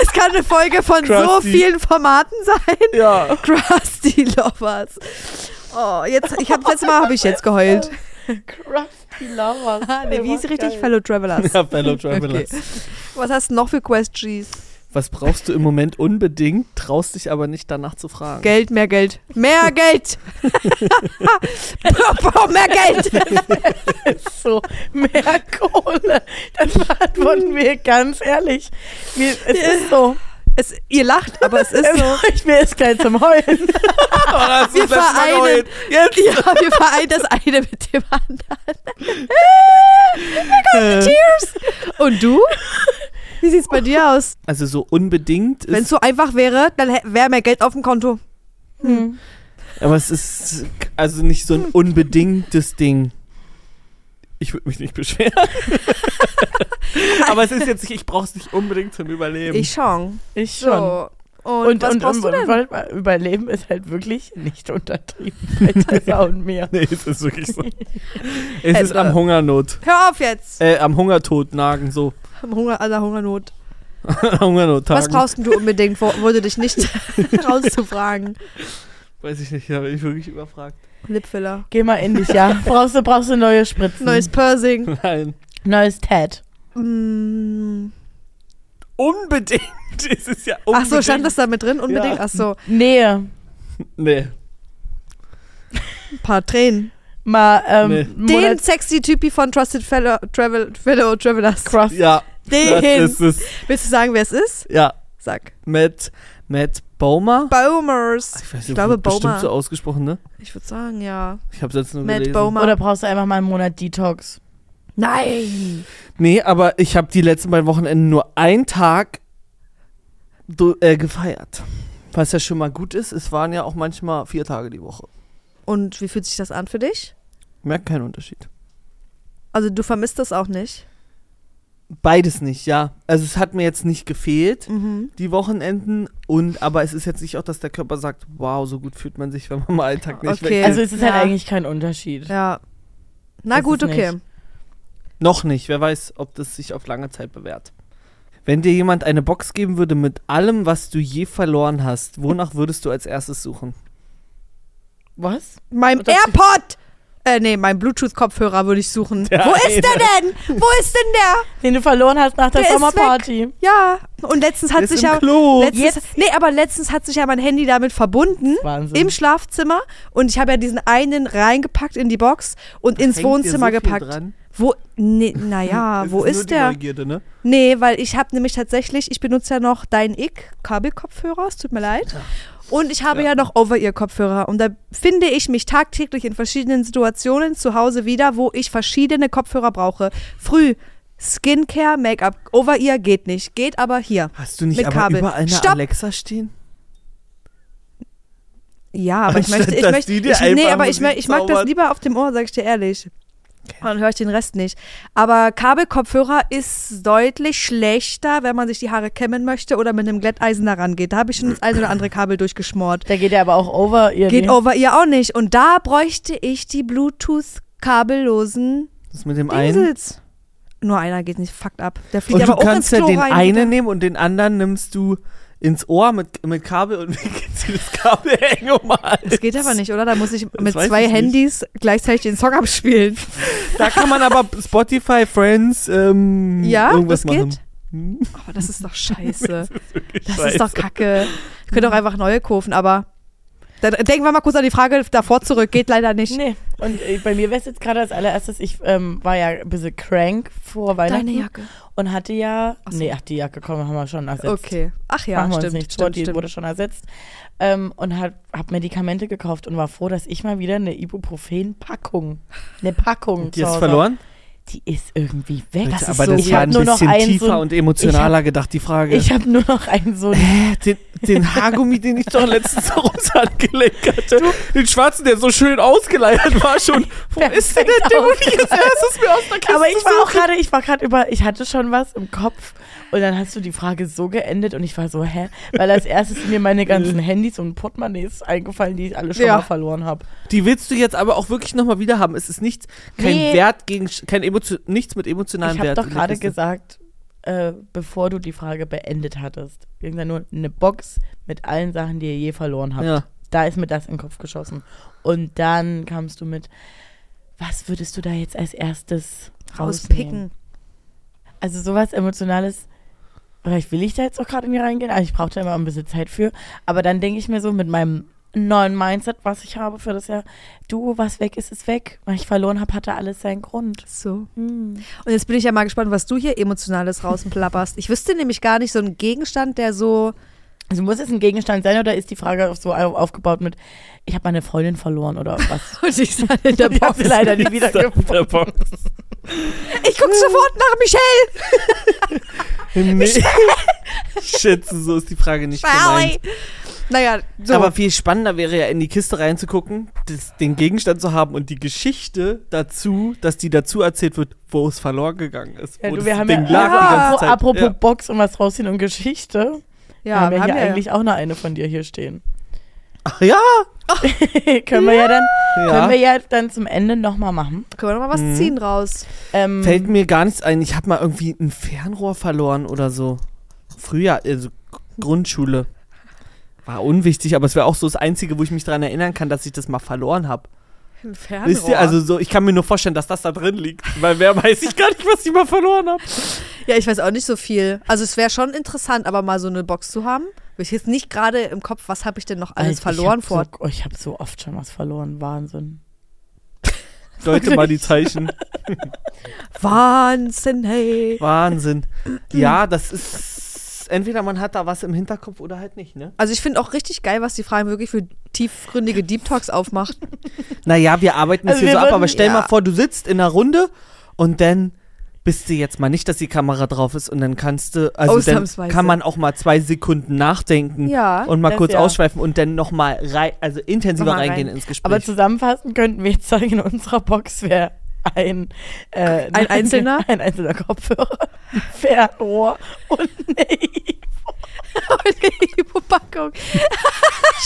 [SPEAKER 2] Es kann eine Folge von so
[SPEAKER 1] Crusty.
[SPEAKER 2] vielen Formaten sein.
[SPEAKER 1] Ja.
[SPEAKER 2] Crusty Lovers. Oh, jetzt, ich habe letztes Mal habe ich jetzt geheult.
[SPEAKER 1] [LAUGHS]
[SPEAKER 3] Crusty Lovers.
[SPEAKER 2] Ah, nee, wie ist richtig? Fellow Travelers.
[SPEAKER 1] Ja, Fellow Travelers.
[SPEAKER 2] Was hast du noch für Questions?
[SPEAKER 1] Was brauchst du im Moment unbedingt, traust dich aber nicht danach zu fragen? [LAUGHS]
[SPEAKER 2] Geld, mehr Geld. Mehr Geld! Boah, mehr Geld!
[SPEAKER 3] so mehr Kohle. Das beantworten wir ganz ehrlich. Mir, es ist so.
[SPEAKER 2] Es, ihr lacht, aber es ist so.
[SPEAKER 3] [LAUGHS] Ich mir ist gleich zum Heulen.
[SPEAKER 1] Oh, da hast du
[SPEAKER 2] Wir
[SPEAKER 1] das letzte Mal
[SPEAKER 2] vereinen.
[SPEAKER 1] geheult. Jetzt.
[SPEAKER 2] Ja, wir vereinen das eine mit dem anderen.
[SPEAKER 1] Äh,
[SPEAKER 2] [LAUGHS] Und du? Wie sieht's bei
[SPEAKER 1] [LAUGHS]
[SPEAKER 2] dir aus?
[SPEAKER 1] Also so unbedingt
[SPEAKER 2] Wenn
[SPEAKER 1] ist,
[SPEAKER 2] es so einfach wäre, dann wäre mehr Geld auf dem Konto. Hm.
[SPEAKER 1] aber es ist also nicht so ein unbedingtes Ding. Ich würde mich nicht
[SPEAKER 2] [LAUGHS]
[SPEAKER 1] beschweren. aber es ist jetzt nicht, ich brauche es nicht unbedingt zum Überleben.
[SPEAKER 2] Ich schon.
[SPEAKER 3] Ich schon.
[SPEAKER 2] So. Und,
[SPEAKER 3] Und,
[SPEAKER 2] was
[SPEAKER 3] und,
[SPEAKER 2] brauchst
[SPEAKER 3] und,
[SPEAKER 2] du denn?
[SPEAKER 3] und Überleben ist halt wirklich nicht untertrieben
[SPEAKER 2] [LAUGHS]
[SPEAKER 3] bei Tessa und mir.
[SPEAKER 1] [LAUGHS] nee, es ist wirklich so. es ist
[SPEAKER 2] Hätte.
[SPEAKER 1] am Hungernot.
[SPEAKER 2] Hör auf jetzt.
[SPEAKER 1] Äh, am Hungertod nagen, so. [LAUGHS]
[SPEAKER 2] Am Hunger, an der Hungernot.
[SPEAKER 1] Am Hungernot tagen.
[SPEAKER 2] Was brauchst denn du unbedingt? Wo- Wurde dich nicht [LAUGHS] rauszufragen.
[SPEAKER 1] Weiß ich nicht, da bin ich wirklich überfragt.
[SPEAKER 2] Lipfiller.
[SPEAKER 3] Geh mal in dich,
[SPEAKER 2] [LAUGHS]
[SPEAKER 3] ja. Brauchst du, brauchst du neue Spritzen.
[SPEAKER 2] Neues Pursing.
[SPEAKER 1] [LAUGHS] Nein.
[SPEAKER 3] neues Ted.
[SPEAKER 2] Mm.
[SPEAKER 1] Unbedingt. Es ist ja unbedingt.
[SPEAKER 2] Ach so, stand das da mit drin? Unbedingt?
[SPEAKER 1] Ja.
[SPEAKER 2] Ach so.
[SPEAKER 3] Nähe.
[SPEAKER 1] Nee.
[SPEAKER 2] Ein paar Tränen.
[SPEAKER 3] Mal ähm,
[SPEAKER 1] Nee.
[SPEAKER 2] Den
[SPEAKER 3] Monats
[SPEAKER 2] sexy Typi von Trusted Fellow, Travel, Fellow Travelers.
[SPEAKER 3] Cross.
[SPEAKER 1] Ja,
[SPEAKER 2] Den.
[SPEAKER 1] das ist es.
[SPEAKER 2] Willst du sagen, wer es ist?
[SPEAKER 1] Ja,
[SPEAKER 2] Sag.
[SPEAKER 1] Matt, Matt Baumer.
[SPEAKER 2] Baumers.
[SPEAKER 1] Ich weiß
[SPEAKER 2] Ich glaube,
[SPEAKER 1] wird bestimmt
[SPEAKER 2] Baumer.
[SPEAKER 1] so ausgesprochen, ne?
[SPEAKER 2] Ich würde sagen, ja.
[SPEAKER 1] Ich habe jetzt nur
[SPEAKER 2] Matt
[SPEAKER 1] gelesen.
[SPEAKER 2] Baumer.
[SPEAKER 3] Oder brauchst du einfach mal einen Monat Detox?
[SPEAKER 2] Nein.
[SPEAKER 1] Nee, aber ich habe die letzten beiden Wochenenden nur einen Tag du- äh, gefeiert. Was ja schon mal gut ist, es waren ja auch manchmal vier Tage die Woche.
[SPEAKER 2] Und wie fühlt sich das an für dich?
[SPEAKER 1] Merkt keinen Unterschied.
[SPEAKER 2] Also du vermisst das auch nicht.
[SPEAKER 1] Beides nicht, ja. Also es hat mir jetzt nicht gefehlt,
[SPEAKER 2] Mhm.
[SPEAKER 1] die Wochenenden. Und aber es ist jetzt nicht auch, dass der Körper sagt, wow, so gut fühlt man sich, wenn man mal einen Tag nicht
[SPEAKER 2] Okay.
[SPEAKER 1] weg.
[SPEAKER 3] Also es ist
[SPEAKER 2] Ja.
[SPEAKER 3] halt eigentlich kein Unterschied.
[SPEAKER 2] Ja. Na
[SPEAKER 3] Das
[SPEAKER 2] gut,
[SPEAKER 3] ist
[SPEAKER 2] okay.
[SPEAKER 1] Noch nicht. Wer weiß, ob das sich auf lange Zeit bewährt. Wenn dir jemand eine Box geben würde mit allem, was du je verloren hast, wonach würdest du als erstes suchen?
[SPEAKER 3] Was?
[SPEAKER 2] Mein
[SPEAKER 3] Oder-
[SPEAKER 2] AirPod! Äh, nee, mein Bluetooth-Kopfhörer würde ich suchen.
[SPEAKER 1] Der
[SPEAKER 2] Wo ist der
[SPEAKER 1] eine.
[SPEAKER 2] denn? Wo ist denn der?
[SPEAKER 3] Den du verloren hast nach der,
[SPEAKER 2] Der ist
[SPEAKER 3] Sommerparty.
[SPEAKER 2] Ja. Und letztens hat
[SPEAKER 1] Ist
[SPEAKER 2] sich
[SPEAKER 1] im
[SPEAKER 2] ja.
[SPEAKER 1] Klo.
[SPEAKER 2] Letztens, nee, aber letztens hat sich ja mein Handy damit verbunden.
[SPEAKER 3] Wahnsinn.
[SPEAKER 1] Also-
[SPEAKER 2] Im Schlafzimmer. Und ich habe ja diesen einen reingepackt in die Box und ins
[SPEAKER 1] Hängt dir
[SPEAKER 2] Wohnzimmer
[SPEAKER 1] so viel
[SPEAKER 2] gepackt.
[SPEAKER 1] dran?
[SPEAKER 2] Wo, nee,
[SPEAKER 1] [LAUGHS]
[SPEAKER 2] naja, wo ist,
[SPEAKER 1] nur
[SPEAKER 2] der?
[SPEAKER 1] Die Neugierde, ne?
[SPEAKER 2] Nee, weil ich habe nämlich tatsächlich, ich benutze ja noch dein Ick Kabelkopfhörer, es tut mir leid. Und ich habe ja, noch Over-Ear-Kopfhörer. Und da finde ich mich tagtäglich in verschiedenen Situationen zu Hause wieder, wo ich verschiedene Kopfhörer brauche. Früh, Skincare, Make-up, Over-Ear geht nicht. Geht aber hier.
[SPEAKER 1] Hast du nicht
[SPEAKER 2] Mit
[SPEAKER 1] aber
[SPEAKER 2] Kabel.
[SPEAKER 1] überall eine
[SPEAKER 2] Stopp!
[SPEAKER 1] Alexa stehen?
[SPEAKER 2] Ja, aber ich
[SPEAKER 1] Anstatt,
[SPEAKER 2] möchte, ich
[SPEAKER 1] dass
[SPEAKER 2] möchte,
[SPEAKER 1] die dir
[SPEAKER 2] ich, nee,
[SPEAKER 1] einfach
[SPEAKER 2] aber ich,
[SPEAKER 1] Musik
[SPEAKER 2] mö- ich mag das
[SPEAKER 1] zaubern.
[SPEAKER 2] lieber auf dem Ohr, sag ich dir ehrlich. Und dann höre ich den Rest nicht. Aber Kabelkopfhörer ist deutlich schlechter, wenn man sich die Haare kämmen möchte oder mit einem Glätteisen da rangeht. Da habe ich schon das eine oder andere Kabel durchgeschmort.
[SPEAKER 3] Da geht er aber auch over. Ihr
[SPEAKER 2] Geht over ihr auch nicht. Und da bräuchte ich die Bluetooth-kabellosen
[SPEAKER 1] Das mit dem einen.
[SPEAKER 2] Dingsels. Nur einer geht nicht, fucked ab. Der fliegt
[SPEAKER 1] Und du
[SPEAKER 2] aber auch ins
[SPEAKER 1] kannst ja
[SPEAKER 2] Klo
[SPEAKER 1] den
[SPEAKER 2] rein. ne?
[SPEAKER 1] einen nehmen und den anderen nimmst du ins Ohr mit, mit Kabel und [LAUGHS] wickelst dir das Kabel eng um
[SPEAKER 2] Das geht aber nicht, oder? Da muss ich mit
[SPEAKER 1] weiß
[SPEAKER 2] zwei
[SPEAKER 1] ich nicht.
[SPEAKER 2] Handys gleichzeitig den Song abspielen.
[SPEAKER 1] Da kann man aber Spotify, Friends, ähm,
[SPEAKER 2] Ja,
[SPEAKER 1] irgendwas
[SPEAKER 2] das geht.
[SPEAKER 1] machen.
[SPEAKER 3] Hm?
[SPEAKER 2] Aber Oh, das ist doch scheiße. Das
[SPEAKER 1] Scheiße.
[SPEAKER 2] ist doch kacke. Ich könnte auch einfach neue kaufen, aber da, denken wir mal kurz an die Frage davor zurück. Geht leider nicht.
[SPEAKER 3] Nee. Und äh, bei mir wäre es jetzt gerade als allererstes, ich ähm, war ja ein bisschen crank vor Weihnachten.
[SPEAKER 2] Deine Jacke.
[SPEAKER 3] Und hatte ja.
[SPEAKER 2] so.
[SPEAKER 3] Nee, ach, die Jacke komm, haben wir schon ersetzt.
[SPEAKER 2] Okay. Ach ja,
[SPEAKER 3] Machen wir uns
[SPEAKER 2] stimmt,
[SPEAKER 3] nicht vor,
[SPEAKER 2] stimmt,
[SPEAKER 3] die
[SPEAKER 2] stimmt.
[SPEAKER 3] wurde schon ersetzt. Ähm, und habe hab Medikamente gekauft und war froh, dass ich mal wieder eine Ibuprofen-Packung. Eine Packung.
[SPEAKER 1] Die
[SPEAKER 3] zu
[SPEAKER 1] ist
[SPEAKER 3] Hause-
[SPEAKER 1] verloren.
[SPEAKER 3] Die ist irgendwie weg.
[SPEAKER 2] Das ist
[SPEAKER 1] aber
[SPEAKER 2] so
[SPEAKER 1] das
[SPEAKER 2] Ich
[SPEAKER 1] war
[SPEAKER 3] hab
[SPEAKER 1] ein
[SPEAKER 3] nur noch
[SPEAKER 1] bisschen
[SPEAKER 3] einen
[SPEAKER 1] tiefer
[SPEAKER 3] so-
[SPEAKER 1] und emotionaler gedacht, die Frage.
[SPEAKER 3] Ich habe nur noch einen so einen
[SPEAKER 1] Äh, den, den Haargummi, den ich doch letztens noch ums Handgelenk hatte. Den schwarzen, der so schön ausgeleiert war schon. Wo ist denn der
[SPEAKER 3] Perfekt
[SPEAKER 1] Ding? Ich als erstes mir aus der Kiste
[SPEAKER 3] Aber ich war auch
[SPEAKER 1] suche.
[SPEAKER 3] gerade, ich war gerade über, ich hatte schon was im Kopf und dann hast du die Frage so geendet und ich war so, hä? Weil als erstes sind mir
[SPEAKER 1] [LAUGHS]
[SPEAKER 3] meine ganzen Handys und Portemonnaies eingefallen, die ich alle schon
[SPEAKER 2] Ja.
[SPEAKER 3] mal verloren habe.
[SPEAKER 1] Die willst du jetzt aber auch wirklich nochmal wieder haben. Es ist nichts, kein
[SPEAKER 3] Nee.
[SPEAKER 1] Wert gegen, kein Emotio nichts mit emotionalem
[SPEAKER 3] Ich habe
[SPEAKER 1] Wert.
[SPEAKER 3] doch
[SPEAKER 1] in der
[SPEAKER 3] gerade
[SPEAKER 1] Kiste.
[SPEAKER 3] gesagt, äh, bevor du die Frage beendet hattest, irgendwann nur eine Box mit allen Sachen, die ihr je verloren habt.
[SPEAKER 1] Ja.
[SPEAKER 3] Da ist mir das in den Kopf geschossen. Und dann kamst du mit, was würdest du da jetzt als erstes
[SPEAKER 2] Rauspicken.
[SPEAKER 3] rauspicken? Also sowas Emotionales, vielleicht will ich da jetzt auch gerade nicht reingehen, aber ich brauche da immer ein bisschen Zeit für. Aber dann denke ich mir so mit meinem neuen Mindset, was ich habe für das Jahr, du, was weg ist, ist weg. Was ich verloren habe, hatte alles seinen Grund.
[SPEAKER 2] So. Und jetzt bin ich ja mal gespannt, was du hier Emotionales rausplapperst. Ich wüsste nämlich gar nicht, so einen Gegenstand, der so.
[SPEAKER 3] Also muss es ein Gegenstand sein oder ist die Frage auf- so au- aufgebaut mit, ich habe meine Freundin verloren oder was?
[SPEAKER 2] Und ich [LAUGHS] stand in der
[SPEAKER 3] Ich hab
[SPEAKER 2] Box.
[SPEAKER 3] sie
[SPEAKER 1] [LAUGHS]
[SPEAKER 3] leider nicht wieder
[SPEAKER 1] Der Box.
[SPEAKER 2] Ich guck sofort nach Michelle.
[SPEAKER 1] Nee. [LAUGHS] Shit, so ist die Frage nicht gemeint.
[SPEAKER 2] Naja, so.
[SPEAKER 1] Aber viel spannender wäre ja, in die Kiste reinzugucken, das, den Gegenstand zu haben und die Geschichte dazu, dass die dazu erzählt wird, wo es verloren gegangen ist.
[SPEAKER 3] [LAUGHS] Ja,
[SPEAKER 1] wo Oh,
[SPEAKER 3] du,
[SPEAKER 1] das
[SPEAKER 3] wir haben
[SPEAKER 1] Ding
[SPEAKER 3] ja,
[SPEAKER 1] lag die ganze
[SPEAKER 3] apropos,
[SPEAKER 1] Zeit.
[SPEAKER 3] apropos
[SPEAKER 1] Ja.
[SPEAKER 3] Box und was rausziehen und Geschichte.
[SPEAKER 2] ja,
[SPEAKER 3] haben wir haben hier eigentlich auch noch eine von dir hier stehen. [LAUGHS]
[SPEAKER 1] Ach ja,
[SPEAKER 3] können wir ja dann,
[SPEAKER 1] ja.
[SPEAKER 3] können wir ja dann zum Ende nochmal machen.
[SPEAKER 2] Können wir noch mal was ziehen raus?
[SPEAKER 3] Ähm,
[SPEAKER 1] Fällt mir gar nichts ein. Ich habe mal irgendwie ein Fernrohr verloren oder so. Früher, also G- Grundschule. War unwichtig, aber es wäre auch so das Einzige, wo ich mich daran erinnern kann, dass ich das mal verloren habe.
[SPEAKER 2] Ein Fernrohr.
[SPEAKER 1] Wisst ihr, also so, ich kann mir nur vorstellen, dass das da drin liegt. Weil wer weiß ich gar nicht, was ich mal verloren habe.
[SPEAKER 2] ja, ich weiß auch nicht so viel. Also es wäre schon interessant, aber mal so eine Box zu haben. Habe ich jetzt nicht gerade im Kopf, was habe ich denn noch alles
[SPEAKER 3] Alter,
[SPEAKER 2] verloren
[SPEAKER 3] ich
[SPEAKER 2] vor?
[SPEAKER 3] hab So, oh, ich habe so oft schon was verloren. Wahnsinn.
[SPEAKER 1] Deute mal die Zeichen.
[SPEAKER 2] Wahnsinn, hey.
[SPEAKER 1] Wahnsinn. Ja, das ist. Entweder man hat da was im Hinterkopf oder halt nicht, ne?
[SPEAKER 2] Also ich finde auch richtig geil, was die Fragen wirklich für tiefgründige Deep Talks aufmacht.
[SPEAKER 1] Naja, wir arbeiten es
[SPEAKER 3] Also
[SPEAKER 1] hier
[SPEAKER 3] wir
[SPEAKER 1] so ab,
[SPEAKER 3] würden-
[SPEAKER 1] aber stell
[SPEAKER 2] ja.
[SPEAKER 1] mal vor, du sitzt in einer Runde und dann bist du jetzt mal nicht, dass die Kamera drauf ist und dann kannst du, also dann
[SPEAKER 2] Ausnahmsweise.
[SPEAKER 1] kann man auch mal zwei Sekunden nachdenken
[SPEAKER 2] Ja,
[SPEAKER 1] und mal
[SPEAKER 3] das
[SPEAKER 1] kurz
[SPEAKER 3] ja.
[SPEAKER 1] ausschweifen und dann nochmal rein, also intensiver
[SPEAKER 2] Nochmal
[SPEAKER 1] reingehen
[SPEAKER 2] rein.
[SPEAKER 1] ins Gespräch.
[SPEAKER 3] Aber zusammenfassend könnten wir jetzt sagen, in unserer Box wäre ein, äh,
[SPEAKER 2] Ein einzelner?
[SPEAKER 3] [LAUGHS] ein einzelner Kopfhörer, [LAUGHS] ein Fernrohr und nee.
[SPEAKER 2] Die Verpackung.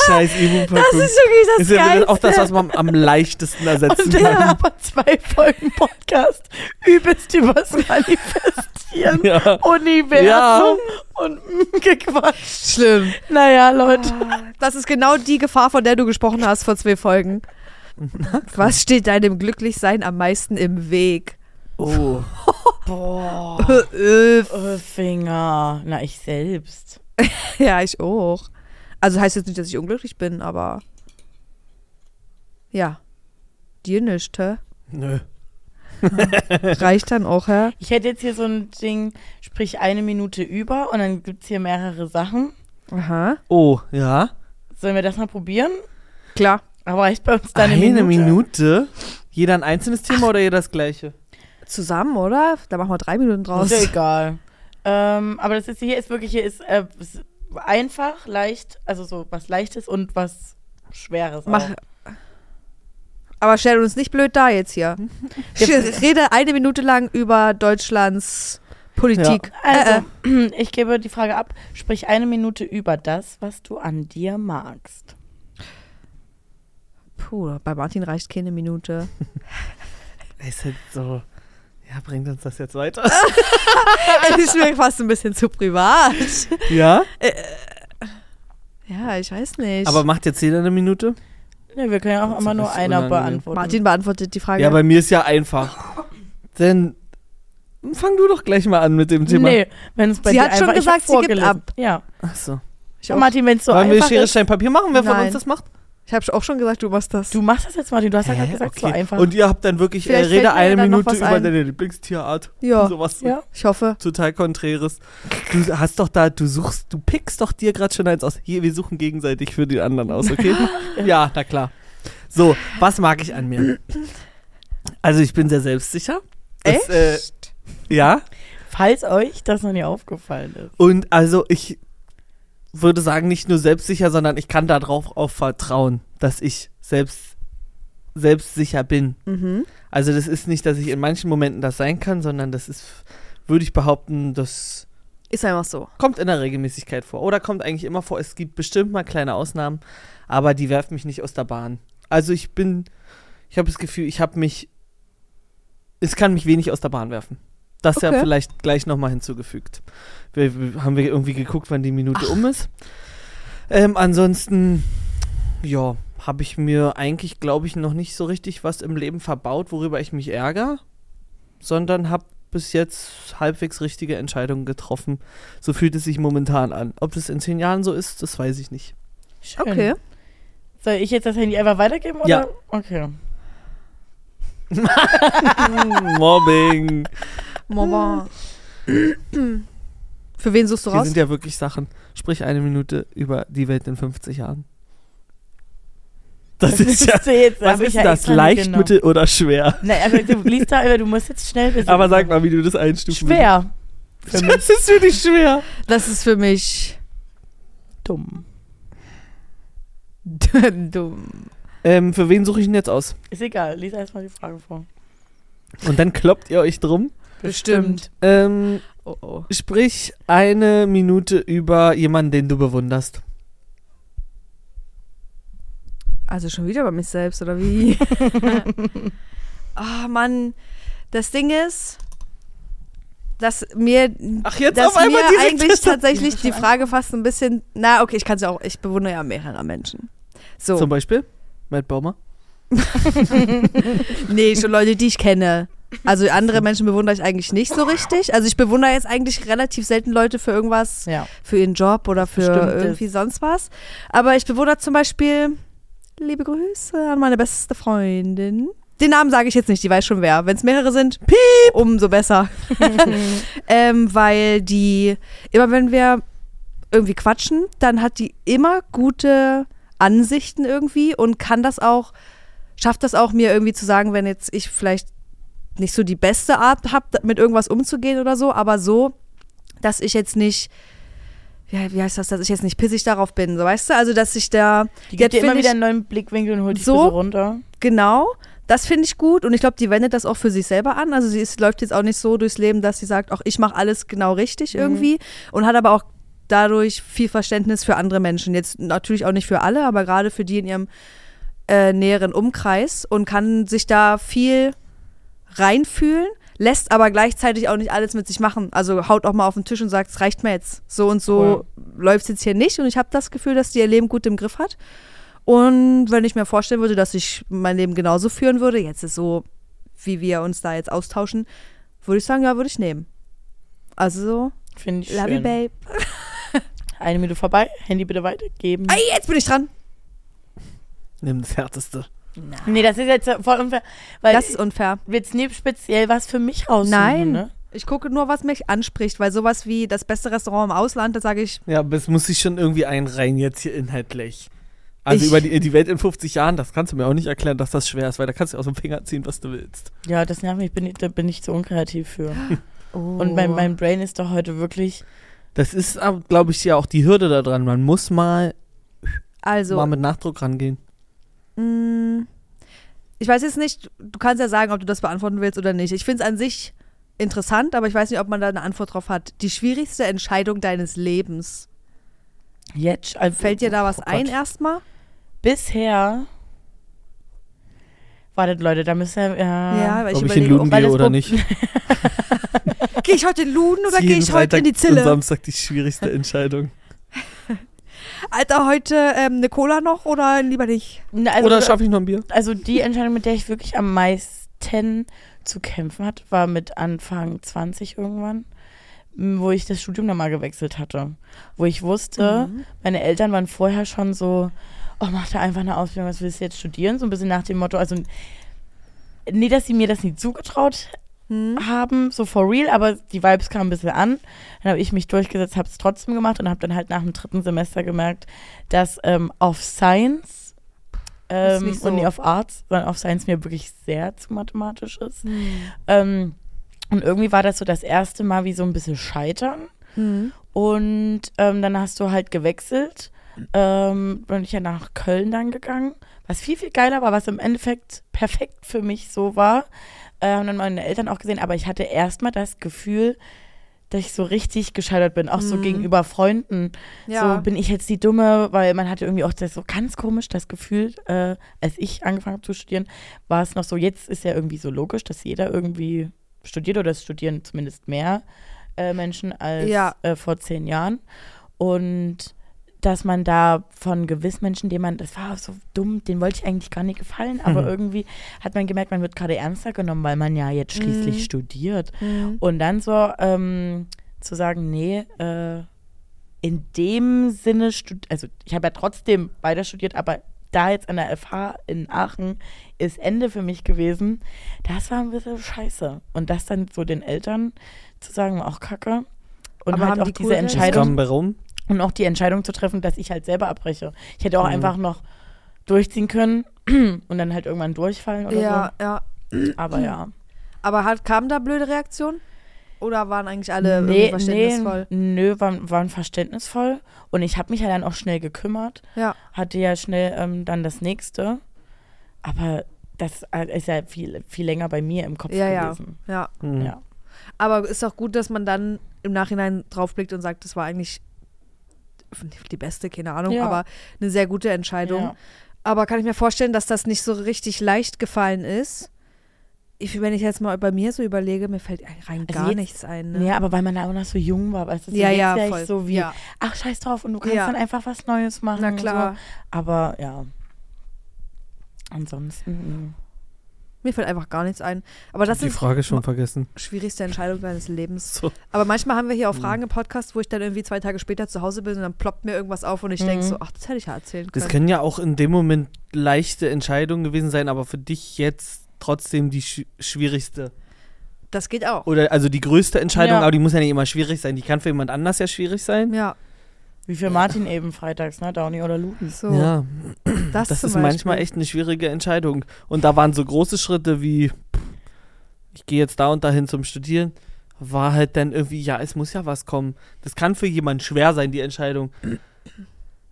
[SPEAKER 1] Scheiß Ibu
[SPEAKER 2] Das ist wirklich das
[SPEAKER 1] ist ja
[SPEAKER 2] Geilste.
[SPEAKER 1] auch das, was man am leichtesten ersetzen
[SPEAKER 3] Und dann
[SPEAKER 1] kann.
[SPEAKER 3] aber zwei Folgen Podcast übelst übers Manifestieren,
[SPEAKER 1] [LAUGHS] Ja.
[SPEAKER 3] Universum
[SPEAKER 1] Ja.
[SPEAKER 3] und [LAUGHS] mm, gequatscht.
[SPEAKER 2] Schlimm.
[SPEAKER 3] Naja, Leute.
[SPEAKER 2] Das ist genau die Gefahr, von der du gesprochen hast vor zwei Folgen. Was steht deinem Glücklichsein am meisten im Weg?
[SPEAKER 1] Oh.
[SPEAKER 3] Boah.
[SPEAKER 2] Äh,
[SPEAKER 3] Finger. Na, ich selbst.
[SPEAKER 2] [LAUGHS] Ja, ich auch. Also heißt jetzt nicht, dass ich unglücklich bin, aber. Ja. Dir nicht, hä?
[SPEAKER 1] Nö. [LAUGHS]
[SPEAKER 2] Reicht dann auch, hä?
[SPEAKER 3] Ich hätte jetzt hier so ein Ding, sprich eine Minute über und dann gibt es hier mehrere Sachen.
[SPEAKER 2] Aha.
[SPEAKER 1] Oh, ja.
[SPEAKER 3] Sollen wir das mal probieren?
[SPEAKER 2] Klar.
[SPEAKER 3] Aber reicht bei uns deine
[SPEAKER 1] Eine
[SPEAKER 3] Minute?
[SPEAKER 1] Minute? Jeder ein einzelnes Thema oder jeder das gleiche?
[SPEAKER 2] Zusammen, oder? Da machen wir drei Minuten draus. [LAUGHS]
[SPEAKER 3] Ist ja egal. Ähm, aber das ist hier ist wirklich hier ist äh, s- einfach, leicht, also so was leichtes und was schweres.
[SPEAKER 2] Mach.
[SPEAKER 3] auch.
[SPEAKER 2] Aber stell uns nicht blöd da
[SPEAKER 1] [LAUGHS]
[SPEAKER 2] jetzt hier. Ich rede eine Minute lang über Deutschlands Politik. Äh, äh.
[SPEAKER 3] Also, [CLEARS THROAT] ich gebe die Frage ab. Sprich eine Minute über das, was du an dir magst.
[SPEAKER 2] Puh, bei Martin reicht keine Minute. [LAUGHS]
[SPEAKER 1] Ist halt so. Ja, bringt uns das jetzt weiter?
[SPEAKER 2] Es ist mir fast ein bisschen zu privat.
[SPEAKER 1] [LAUGHS] [LAUGHS] ja?
[SPEAKER 2] Ja, ich weiß nicht.
[SPEAKER 1] Aber macht jetzt jeder eine Minute?
[SPEAKER 3] Ne, wir können ja auch
[SPEAKER 1] Das
[SPEAKER 3] immer
[SPEAKER 1] ist
[SPEAKER 3] nur einer
[SPEAKER 1] unangenehm.
[SPEAKER 3] beantworten.
[SPEAKER 2] Martin beantwortet die Frage.
[SPEAKER 1] Ja, bei mir ist ja einfach. Denn fang du doch gleich mal an mit dem Thema.
[SPEAKER 3] Nee, wenn es bei
[SPEAKER 2] Sie
[SPEAKER 3] dir
[SPEAKER 2] hat schon
[SPEAKER 3] einfach, ich hab
[SPEAKER 2] gesagt, sie gibt
[SPEAKER 3] vorgelesen.
[SPEAKER 2] ab.
[SPEAKER 3] Ja.
[SPEAKER 1] Achso.
[SPEAKER 2] ich
[SPEAKER 3] Und
[SPEAKER 2] auch-
[SPEAKER 3] Martin, wenn es so
[SPEAKER 1] Wollen wir
[SPEAKER 3] einfach
[SPEAKER 1] Schere,
[SPEAKER 3] ist.
[SPEAKER 1] Stein, Papier machen? Wer von
[SPEAKER 2] Nein.
[SPEAKER 1] uns das macht?
[SPEAKER 2] ich habe auch schon gesagt, du machst das.
[SPEAKER 3] Du machst das jetzt, Martin. Du hast ja gerade
[SPEAKER 1] Hä?
[SPEAKER 3] gesagt, so
[SPEAKER 1] Okay.
[SPEAKER 3] einfach.
[SPEAKER 1] Und ihr habt dann wirklich, äh,
[SPEAKER 2] Vielleicht
[SPEAKER 1] rede
[SPEAKER 2] fällt mir
[SPEAKER 1] eine
[SPEAKER 2] dann noch
[SPEAKER 1] Minute
[SPEAKER 2] was
[SPEAKER 1] über
[SPEAKER 2] ein.
[SPEAKER 1] deine Lieblingstierart.
[SPEAKER 2] Ja.
[SPEAKER 1] Sowas
[SPEAKER 3] ja.
[SPEAKER 2] ich hoffe.
[SPEAKER 1] total Konträres. Du hast doch da, du suchst, du pickst doch dir gerade schon eins aus. Hier, wir suchen gegenseitig für den anderen aus, okay? ja, na klar. So, was mag ich an mir? Also ich bin sehr selbstsicher. Das, äh, ja.
[SPEAKER 3] Falls euch das noch nie aufgefallen ist.
[SPEAKER 1] Und also ich würde sagen, nicht nur selbstsicher, sondern ich kann darauf auch vertrauen, dass ich selbst selbstsicher bin.
[SPEAKER 2] Mhm.
[SPEAKER 1] Also das ist nicht, dass ich in manchen Momenten das sein kann, sondern das ist, würde ich behaupten, das
[SPEAKER 2] Ist einfach so.
[SPEAKER 1] kommt in der Regelmäßigkeit vor. Oder kommt eigentlich immer vor. Es gibt bestimmt mal kleine Ausnahmen, aber die werfen mich nicht aus der Bahn. Also ich bin, ich habe das Gefühl, ich habe mich, es kann mich wenig aus der Bahn werfen. Das ja
[SPEAKER 2] Okay.
[SPEAKER 1] vielleicht gleich nochmal hinzugefügt. Wir, wir, haben wir irgendwie geguckt, wann die Minute um ist. Ähm, ansonsten, ja, habe ich mir eigentlich, glaube ich, noch nicht so richtig was im Leben verbaut, worüber ich mich ärgere, sondern habe bis jetzt halbwegs richtige Entscheidungen getroffen. So fühlt es sich momentan an. Ob das in zehn Jahren so ist, das weiß ich nicht.
[SPEAKER 3] Schön.
[SPEAKER 2] Okay.
[SPEAKER 3] Soll ich jetzt das Handy einfach weitergeben? Oder?
[SPEAKER 1] Ja.
[SPEAKER 3] Okay.
[SPEAKER 1] [LAUGHS] Mobbing.
[SPEAKER 2] [CLEARS THROAT] Mama. Für wen suchst du
[SPEAKER 1] Hier
[SPEAKER 2] raus?
[SPEAKER 1] sind ja wirklich Sachen. Sprich eine Minute über die Welt in 50 Jahren.
[SPEAKER 3] [LAUGHS]
[SPEAKER 1] Das ist [LAUGHS] ja.
[SPEAKER 3] Siehst du jetzt,
[SPEAKER 1] Was
[SPEAKER 3] hab ich
[SPEAKER 1] ist
[SPEAKER 3] ja
[SPEAKER 1] das?
[SPEAKER 3] extra nicht
[SPEAKER 1] Leicht,
[SPEAKER 3] genau.
[SPEAKER 1] mittel oder [LAUGHS] schwer?
[SPEAKER 3] Nein, also du liest da, aber du musst
[SPEAKER 1] [LAUGHS]
[SPEAKER 3] jetzt schnell wissen.
[SPEAKER 1] Aber sag mal, wie du das einstufen
[SPEAKER 3] Schwer.
[SPEAKER 1] würdest. [LAUGHS] Das ist für dich schwer.
[SPEAKER 2] Das ist für mich [LAUGHS]
[SPEAKER 3] Dumm.
[SPEAKER 2] dumm.
[SPEAKER 1] Ähm, für wen suche ich ihn jetzt aus?
[SPEAKER 3] Ist egal, lies erstmal die Frage vor.
[SPEAKER 1] Und dann kloppt ihr euch drum.
[SPEAKER 2] Bestimmt.
[SPEAKER 1] Ähm,
[SPEAKER 2] Oh oh.
[SPEAKER 1] sprich eine Minute über jemanden, den du bewunderst.
[SPEAKER 2] Also schon wieder bei mich selbst, oder [LAUGHS] wie? Ah, Mann. Das Ding ist, dass mir,
[SPEAKER 1] Ach, jetzt
[SPEAKER 2] dass
[SPEAKER 1] auf einmal
[SPEAKER 2] mir
[SPEAKER 1] direkt
[SPEAKER 2] eigentlich
[SPEAKER 1] das-
[SPEAKER 2] tatsächlich die Frage fast ein bisschen. Na, okay, ich kann es ja auch. Ich bewundere ja mehrere Menschen. So.
[SPEAKER 1] Zum Beispiel Matt Baumer.
[SPEAKER 2] Nee, schon Leute, die ich kenne. Also andere Menschen bewundere ich eigentlich nicht so richtig. Also ich bewundere jetzt eigentlich relativ selten Leute für irgendwas,
[SPEAKER 3] Ja.
[SPEAKER 2] für ihren Job oder für
[SPEAKER 3] Bestimmtes.
[SPEAKER 2] irgendwie sonst was. Aber ich bewundere zum Beispiel, liebe Grüße an meine beste Freundin. Den Namen sage ich jetzt nicht, die weiß schon wer. Wenn es mehrere sind, piep, umso besser. [LAUGHS] ähm, weil die, immer wenn wir irgendwie quatschen, dann hat die immer gute Ansichten irgendwie und kann das auch, schafft das auch mir irgendwie zu sagen, wenn jetzt ich vielleicht nicht so die beste Art habe, mit irgendwas umzugehen oder so, aber so, dass ich jetzt nicht, wie, wie heißt das, dass ich jetzt nicht pissig darauf bin, so weißt du? Also, dass ich da,
[SPEAKER 3] Die gibt dir immer
[SPEAKER 2] find
[SPEAKER 3] wieder einen neuen Blickwinkel und holt dich
[SPEAKER 2] So?
[SPEAKER 3] so runter.
[SPEAKER 2] Genau, das finde ich gut und ich glaube, die wendet das auch für sich selber an. Also sie ist, läuft jetzt auch nicht so durchs Leben, dass sie sagt, auch ich mache alles genau richtig irgendwie und hat aber auch dadurch viel Verständnis für andere Menschen. Jetzt natürlich auch nicht für alle, aber gerade für die in ihrem äh, näheren Umkreis und kann sich da viel reinfühlen, lässt aber gleichzeitig auch nicht alles mit sich machen. Also haut auch mal auf den Tisch und sagt, es reicht mir jetzt. So und so läuft's jetzt hier nicht. Und ich habe das Gefühl, dass die ihr Leben gut im Griff hat. Und wenn ich mir vorstellen würde, dass ich mein Leben genauso führen würde, jetzt ist so, wie wir uns da jetzt austauschen, würde ich sagen, ja, würde ich nehmen. Also,
[SPEAKER 3] Finde ich
[SPEAKER 2] love you,
[SPEAKER 3] schön.
[SPEAKER 2] babe.
[SPEAKER 3] Eine Minute vorbei, Handy bitte weitergeben.
[SPEAKER 2] Ey, jetzt bin ich dran.
[SPEAKER 1] Nimm das Härteste.
[SPEAKER 3] Nee, das ist jetzt voll unfair. Weil
[SPEAKER 2] Das ist unfair.
[SPEAKER 3] wir jetzt nicht speziell was für mich raussuchen,
[SPEAKER 2] Nein.
[SPEAKER 3] Ne?
[SPEAKER 2] Ich gucke nur, was mich anspricht, weil sowas wie das beste Restaurant im Ausland, da sage ich,
[SPEAKER 1] Ja, aber es muss sich schon irgendwie einreihen jetzt hier inhaltlich. Also
[SPEAKER 2] Ich-
[SPEAKER 1] über die, die Welt in 50 Jahren, das kannst du mir auch nicht erklären, dass das schwer ist, weil da kannst du aus dem Finger ziehen, was du willst.
[SPEAKER 3] Ja, das nervt mich, bin ich, da bin ich zu unkreativ für.
[SPEAKER 2] oh.
[SPEAKER 3] Und mein, mein Brain ist doch heute wirklich.
[SPEAKER 1] Das ist, glaube ich, ja auch die Hürde da dran. Man muss mal,
[SPEAKER 2] also,
[SPEAKER 1] mal mit Nachdruck rangehen.
[SPEAKER 2] mh, ich weiß jetzt nicht, du kannst ja sagen, ob du das beantworten willst oder nicht. Ich finde es an sich interessant, aber ich weiß nicht, ob man da eine Antwort drauf hat. Die schwierigste Entscheidung deines Lebens.
[SPEAKER 3] Jetzt also,
[SPEAKER 2] Fällt dir da was
[SPEAKER 3] oh Gott.
[SPEAKER 2] ein erstmal?
[SPEAKER 3] Bisher. Wartet, Leute, da müssen wir.
[SPEAKER 2] Ja, weil ich
[SPEAKER 1] Ob ich in
[SPEAKER 2] überlege,
[SPEAKER 1] Luden
[SPEAKER 2] ob-
[SPEAKER 3] weil
[SPEAKER 1] gehe
[SPEAKER 3] das
[SPEAKER 1] oder
[SPEAKER 3] Prob-
[SPEAKER 1] nicht.
[SPEAKER 2] gehe ich heute in Luden oder gehe
[SPEAKER 1] Jeden
[SPEAKER 2] ich heute in die
[SPEAKER 1] Freitag Und
[SPEAKER 2] Zille?
[SPEAKER 1] Samstag die
[SPEAKER 2] [LAUGHS]
[SPEAKER 1] schwierigste Entscheidung.
[SPEAKER 2] Alter, heute ähm, eine Cola noch oder lieber nicht?
[SPEAKER 3] [LAUGHS] Na, also,
[SPEAKER 1] oder schaffe ich noch ein Bier?
[SPEAKER 3] also die Entscheidung, mit der ich wirklich am meisten zu kämpfen hatte, war mit Anfang 20 irgendwann, m, wo ich das Studium dann mal gewechselt hatte. Wo ich
[SPEAKER 2] Mhm.
[SPEAKER 3] wusste,
[SPEAKER 2] Hm.
[SPEAKER 3] meine Eltern waren vorher schon so, oh, mach da einfach eine Ausbildung, was willst du jetzt studieren? So ein bisschen nach dem Motto, also nee, dass sie mir das nie zugetraut
[SPEAKER 2] Hm.
[SPEAKER 3] haben, so for real, aber die Vibes kamen ein bisschen an. Dann habe ich mich durchgesetzt, habe es trotzdem gemacht und habe dann halt nach dem dritten Semester gemerkt, dass ähm, auf Science
[SPEAKER 2] Ist
[SPEAKER 3] ähm,
[SPEAKER 2] nicht so.
[SPEAKER 3] und nicht auf Arts, sondern auf Science mir wirklich sehr zu mathematisch ist.
[SPEAKER 2] Hm.
[SPEAKER 3] Ähm, und irgendwie war das so das erste Mal wie so ein bisschen Scheitern.
[SPEAKER 2] Hm.
[SPEAKER 3] Und ähm, dann hast du halt gewechselt. Ähm, bin ich ja nach Köln dann gegangen, was viel, viel geiler war, was im Endeffekt perfekt für mich so war. Äh, haben dann meine Eltern auch gesehen, aber ich hatte erstmal das Gefühl, dass ich so richtig gescheitert bin, auch so gegenüber Freunden.
[SPEAKER 2] Ja.
[SPEAKER 3] So bin ich jetzt die Dumme, weil man hatte irgendwie auch das so ganz komisch das Gefühl, äh, als ich angefangen habe zu studieren, war es noch so, jetzt ist ja irgendwie so logisch, dass jeder irgendwie studiert oder es studieren zumindest mehr äh, Menschen als
[SPEAKER 2] Ja.
[SPEAKER 3] äh, vor zehn Jahren. Und dass man da von gewissen Menschen, denen man, das war auch so dumm, den wollte ich eigentlich gar nicht gefallen, aber irgendwie hat man gemerkt, man wird gerade ernster genommen, weil man ja jetzt
[SPEAKER 2] Mhm.
[SPEAKER 3] schließlich studiert.
[SPEAKER 2] Hm.
[SPEAKER 3] Und dann so ähm, zu sagen, nee, äh, in dem Sinne, stud- also ich habe ja trotzdem weiter studiert, aber da jetzt an der FH in Aachen ist Ende für mich gewesen, das war ein bisschen scheiße. Und das dann so den Eltern zu sagen, war auch kacke. Und
[SPEAKER 2] Aber
[SPEAKER 3] halt
[SPEAKER 2] haben
[SPEAKER 3] auch
[SPEAKER 2] die cool
[SPEAKER 3] diese
[SPEAKER 2] reagiert?
[SPEAKER 1] Was
[SPEAKER 3] Entscheidung
[SPEAKER 1] kam bei rum?
[SPEAKER 3] und auch die Entscheidung zu treffen, dass ich halt selber abbreche. Ich hätte auch einfach noch durchziehen können [CLEARS THROAT] und dann halt irgendwann durchfallen oder
[SPEAKER 2] Ja, ja.
[SPEAKER 3] so. Aber ja.
[SPEAKER 2] Aber hat, kam da blöde Reaktion? Oder waren eigentlich alle irgendwie
[SPEAKER 3] Nee,
[SPEAKER 2] verständnisvoll?
[SPEAKER 3] nee, nö, waren, waren verständnisvoll. Und ich habe mich ja dann auch schnell gekümmert.
[SPEAKER 2] Ja.
[SPEAKER 3] hatte ja schnell ähm, dann das nächste. Aber das äh, ist ja viel, viel länger bei mir im Kopf
[SPEAKER 2] Ja, ja,
[SPEAKER 3] gewesen.
[SPEAKER 2] ja.
[SPEAKER 1] Hm. Mhm.
[SPEAKER 3] Ja.
[SPEAKER 2] Aber ist auch gut, dass man dann im Nachhinein draufblickt und sagt, das war eigentlich die beste, keine Ahnung,
[SPEAKER 3] Ja.
[SPEAKER 2] aber eine sehr gute Entscheidung.
[SPEAKER 3] Ja.
[SPEAKER 2] Aber kann ich mir vorstellen, dass das nicht so richtig leicht gefallen ist. Ich, wenn ich jetzt mal bei mir so überlege, mir fällt rein gar
[SPEAKER 3] Also jetzt-
[SPEAKER 2] nichts ein. Ne?
[SPEAKER 3] Nee, aber weil man da auch noch so jung war, weißt du, so
[SPEAKER 2] Ja,
[SPEAKER 3] jetzt
[SPEAKER 2] ja,
[SPEAKER 3] wär ich
[SPEAKER 2] voll.
[SPEAKER 3] so wie,
[SPEAKER 2] Ja.
[SPEAKER 3] ach scheiß drauf und du kannst
[SPEAKER 2] Ja.
[SPEAKER 3] dann einfach was Neues machen.
[SPEAKER 2] Na
[SPEAKER 3] und
[SPEAKER 2] klar.
[SPEAKER 3] So. Aber ja. Ansonsten. mm.
[SPEAKER 2] Mir fällt einfach gar nichts ein. Aber das
[SPEAKER 1] die
[SPEAKER 2] ist
[SPEAKER 1] Frage schon vergessen.
[SPEAKER 2] die schwierigste Entscheidung deines Lebens.
[SPEAKER 1] So.
[SPEAKER 2] Aber manchmal haben wir
[SPEAKER 3] Hm.
[SPEAKER 2] hier auch Fragen im Podcast, wo ich dann irgendwie zwei Tage später zu Hause bin und dann ploppt mir irgendwas auf und ich denke
[SPEAKER 3] Hm.
[SPEAKER 2] so, ach, das hätte ich ja erzählen
[SPEAKER 1] Das
[SPEAKER 2] können.
[SPEAKER 1] können ja auch in dem Moment leichte Entscheidungen gewesen sein, aber für dich jetzt trotzdem die sch schwierigste.
[SPEAKER 2] Das geht auch.
[SPEAKER 1] Oder also die größte Entscheidung,
[SPEAKER 3] Ja.
[SPEAKER 1] aber die muss ja nicht immer schwierig sein. Die kann für jemand anders ja schwierig sein.
[SPEAKER 2] Ja,
[SPEAKER 3] Wie für Martin eben freitags, ne? Downey oder Luden.
[SPEAKER 2] so.
[SPEAKER 1] Ja,
[SPEAKER 2] das
[SPEAKER 1] das
[SPEAKER 2] zum
[SPEAKER 1] ist manchmal
[SPEAKER 2] Beispiel.
[SPEAKER 1] echt eine schwierige Entscheidung. Und da waren so große Schritte wie, pff, ich gehe jetzt da und dahin zum Studieren, war halt dann irgendwie, ja, es muss ja was kommen. Das kann für jemanden schwer sein, die Entscheidung.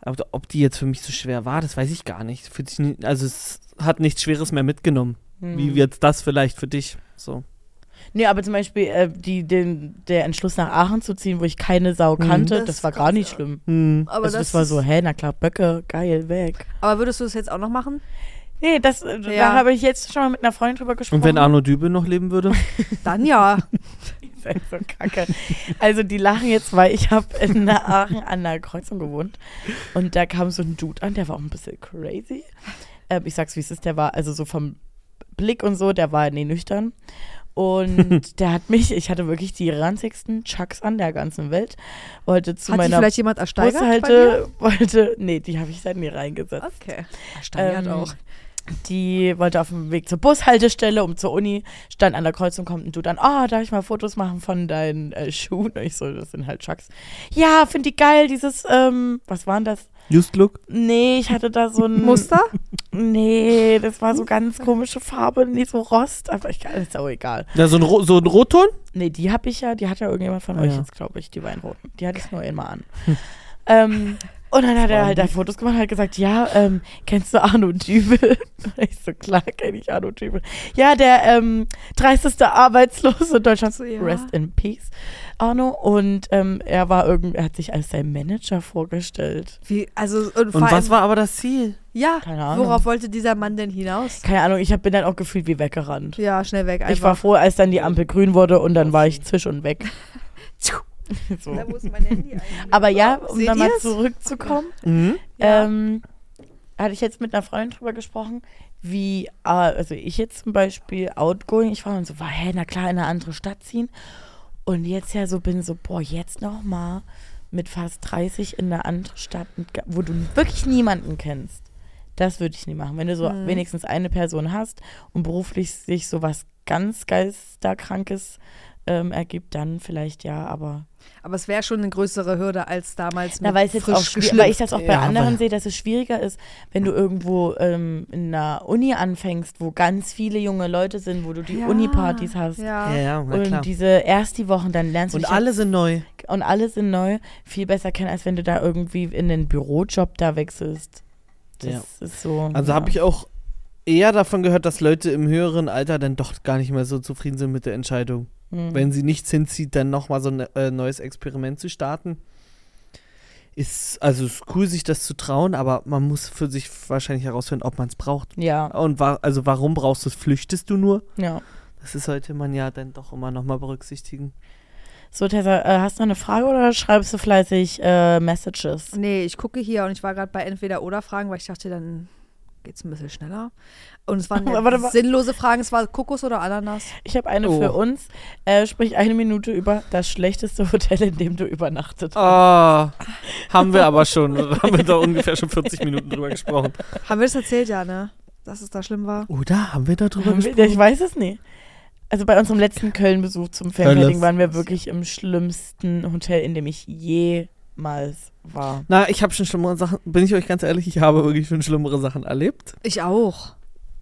[SPEAKER 1] Aber ob die jetzt für mich so schwer war, das weiß ich gar nicht. Fühlt sich nie- Also es hat nichts Schweres mehr mitgenommen.
[SPEAKER 3] Mm.
[SPEAKER 2] Mhm.
[SPEAKER 1] Wie wird das vielleicht für dich? So.
[SPEAKER 3] Nee, aber zum Beispiel äh, die, den, der Entschluss nach Aachen zu ziehen, wo ich keine Sau kannte,
[SPEAKER 2] Mhm. Das
[SPEAKER 3] das, war
[SPEAKER 2] ist
[SPEAKER 3] gar
[SPEAKER 2] krass,
[SPEAKER 3] nicht
[SPEAKER 2] ja.
[SPEAKER 3] schlimm.
[SPEAKER 1] Hm.
[SPEAKER 2] Aber,
[SPEAKER 3] also
[SPEAKER 2] das
[SPEAKER 3] das, war so,
[SPEAKER 2] ist-
[SPEAKER 3] hä, na klar, Böcke, geil, weg.
[SPEAKER 2] aber würdest du das jetzt auch noch machen?
[SPEAKER 3] Nee, das, äh,
[SPEAKER 2] Ja.
[SPEAKER 3] da habe ich jetzt schon mal mit einer Freundin drüber gesprochen.
[SPEAKER 1] Und wenn Arno Dübel noch leben
[SPEAKER 2] [LAUGHS]
[SPEAKER 1] würde?
[SPEAKER 2] Dann
[SPEAKER 3] [LAUGHS]
[SPEAKER 2] ja.
[SPEAKER 3] Ist echt so kacke. Also die lachen jetzt, weil ich habe in der Aachen an der Kreuzung gewohnt und da kam so ein Dude an, der war auch ein bisschen crazy. Ähm, ich sag's wie es ist, der war also so vom Blick und so, der war nee nüchtern.
[SPEAKER 2] [LAUGHS]
[SPEAKER 3] Und der hat mich, ich hatte wirklich die ranzigsten Chucks an der ganzen Welt. Wollte zu
[SPEAKER 2] Hat sich
[SPEAKER 3] meiner
[SPEAKER 2] vielleicht jemand ersteigert? bei dir?
[SPEAKER 3] Bushalte, wollte, nee, die habe ich dann nie reingesetzt.
[SPEAKER 2] Okay. Ersteigert
[SPEAKER 3] Ähm,
[SPEAKER 2] auch.
[SPEAKER 3] Die wollte auf dem Weg zur Bushaltestelle, um zur Uni, stand an der Kreuzung, kommt ein Dude an, oh, darf ich mal Fotos machen von deinen äh, Schuhen? Und ich so, das sind halt Chucks. Ja, finde die geil, dieses, ähm, was waren das?
[SPEAKER 1] Just Look?
[SPEAKER 3] Nee, ich hatte da so ein...
[SPEAKER 2] Muster?
[SPEAKER 3] Nee, das war so ganz komische Farbe, nicht so Rost, aber ich, ist auch egal.
[SPEAKER 1] Ja, so ein, Ro so ein Rotton?
[SPEAKER 3] Nee, die habe ich ja, Hm. die hat ja irgendjemand von
[SPEAKER 1] Ah,
[SPEAKER 3] euch
[SPEAKER 1] ja.
[SPEAKER 3] [LAUGHS] jetzt, glaube ich, die Weinroten. Die hatte ich nur einmal an. ähm, Und dann hat er halt da Fotos gemacht und hat gesagt, ja, ähm, kennst du Arno Dübel? [LAUGHS] Ich so, klar kenne ich Arno Dübel. Ja, der ähm, dreisteste Arbeitslose Deutschlands,
[SPEAKER 2] Ja.
[SPEAKER 3] rest in peace, Arno. Und ähm, er war irgend, er hat sich als sein Manager vorgestellt.
[SPEAKER 2] Wie, also, und,
[SPEAKER 1] Und
[SPEAKER 2] vor
[SPEAKER 1] was
[SPEAKER 2] allem,
[SPEAKER 1] war aber das Ziel?
[SPEAKER 2] ja,
[SPEAKER 3] Keine Ahnung.
[SPEAKER 2] worauf wollte dieser Mann denn hinaus?
[SPEAKER 3] Keine Ahnung, ich hab, bin dann auch gefühlt wie weggerannt.
[SPEAKER 2] Ja, schnell weg. Einfach.
[SPEAKER 3] Ich war froh, als dann die Ampel grün wurde und dann war ich zisch und [LAUGHS] weg. so.
[SPEAKER 2] Da muss
[SPEAKER 3] [LAUGHS]
[SPEAKER 2] mein Handy eigentlich.
[SPEAKER 3] Aber ja, um
[SPEAKER 2] Seht
[SPEAKER 3] da mal
[SPEAKER 2] ihr's?
[SPEAKER 3] zurückzukommen,
[SPEAKER 1] Mhm.
[SPEAKER 2] [LAUGHS] Ja.
[SPEAKER 3] ähm, hatte ich jetzt mit einer Freundin drüber gesprochen, wie, äh, also ich jetzt zum Beispiel outgoing, ich war dann so, war, hä, na klar, in eine andere Stadt ziehen. Und jetzt ja so bin so, boah, jetzt nochmal mit fast 30 in eine andere Stadt, mit, ga- wo du wirklich niemanden kennst. Das würde ich nie machen. Wenn du so
[SPEAKER 2] Mhm.
[SPEAKER 3] wenigstens eine Person hast und beruflich sich so was ganz geisterkrankes ähm, ergibt, dann vielleicht ja, aber
[SPEAKER 2] Aber es wäre schon eine größere Hürde als damals mit
[SPEAKER 3] na, weil, es jetzt
[SPEAKER 2] frisch
[SPEAKER 3] auch schwi- weil ich das auch bei
[SPEAKER 1] Ja,
[SPEAKER 3] anderen
[SPEAKER 1] weil-
[SPEAKER 3] sehe, dass es schwieriger ist, wenn du irgendwo ähm, in einer Uni anfängst, wo ganz viele junge Leute sind, wo du die
[SPEAKER 2] Ja,
[SPEAKER 3] Uni-Partys hast.
[SPEAKER 2] Ja.
[SPEAKER 1] Ja, ja, na klar.
[SPEAKER 3] Und diese erst die Wochen, dann lernst du
[SPEAKER 1] Und
[SPEAKER 3] dich
[SPEAKER 1] alle sind neu.
[SPEAKER 3] ja- und alle sind neu viel besser kennen, als wenn du da irgendwie in den Bürojob da wechselst. Das
[SPEAKER 1] Ja.
[SPEAKER 3] ist so.
[SPEAKER 1] Also
[SPEAKER 3] ja.
[SPEAKER 1] habe ich auch eher davon gehört, dass Leute im höheren Alter dann doch gar nicht mehr so zufrieden sind mit der Entscheidung.
[SPEAKER 3] Hm.
[SPEAKER 1] Wenn sie nichts hinzieht, dann nochmal so ein äh, neues Experiment zu starten. Ist, also ist cool, sich das zu trauen, aber man muss für sich wahrscheinlich herausfinden, ob man es braucht.
[SPEAKER 3] Ja,
[SPEAKER 1] Und wa also warum brauchst du es? Flüchtest du nur?
[SPEAKER 3] ja.
[SPEAKER 1] Das ist, sollte man ja dann doch immer nochmal berücksichtigen.
[SPEAKER 3] So, Tessa, äh, hast du noch eine Frage oder schreibst du fleißig äh, Messages?
[SPEAKER 2] Nee, ich gucke hier und ich war gerade bei entweder oder Fragen, weil ich dachte, dann geht's ein bisschen schneller. Und es waren
[SPEAKER 3] Warte mal.
[SPEAKER 2] sinnlose Fragen, es war Kokos oder Ananas.
[SPEAKER 3] Ich habe eine
[SPEAKER 1] Oh.
[SPEAKER 3] für uns. Äh, sprich eine Minute über das schlechteste Hotel, in dem du übernachtet hast.
[SPEAKER 1] Ah, haben wir aber schon. [LAUGHS] haben wir da ungefähr schon 40 Minuten drüber gesprochen.
[SPEAKER 2] Haben wir das erzählt, ja, ne? Dass es da schlimm war.
[SPEAKER 1] Oder? Haben wir da drüber
[SPEAKER 3] Haben wir-
[SPEAKER 1] gesprochen?
[SPEAKER 3] Ich weiß es nicht. Also bei unserem letzten Köln-Besuch zum Fanpadding waren wir wirklich im schlimmsten Hotel, in dem ich jemals war.
[SPEAKER 1] Na, ich habe schon schlimmere Sachen, bin ich euch ganz ehrlich, ich habe wirklich schon schlimmere Sachen erlebt.
[SPEAKER 2] Ich auch.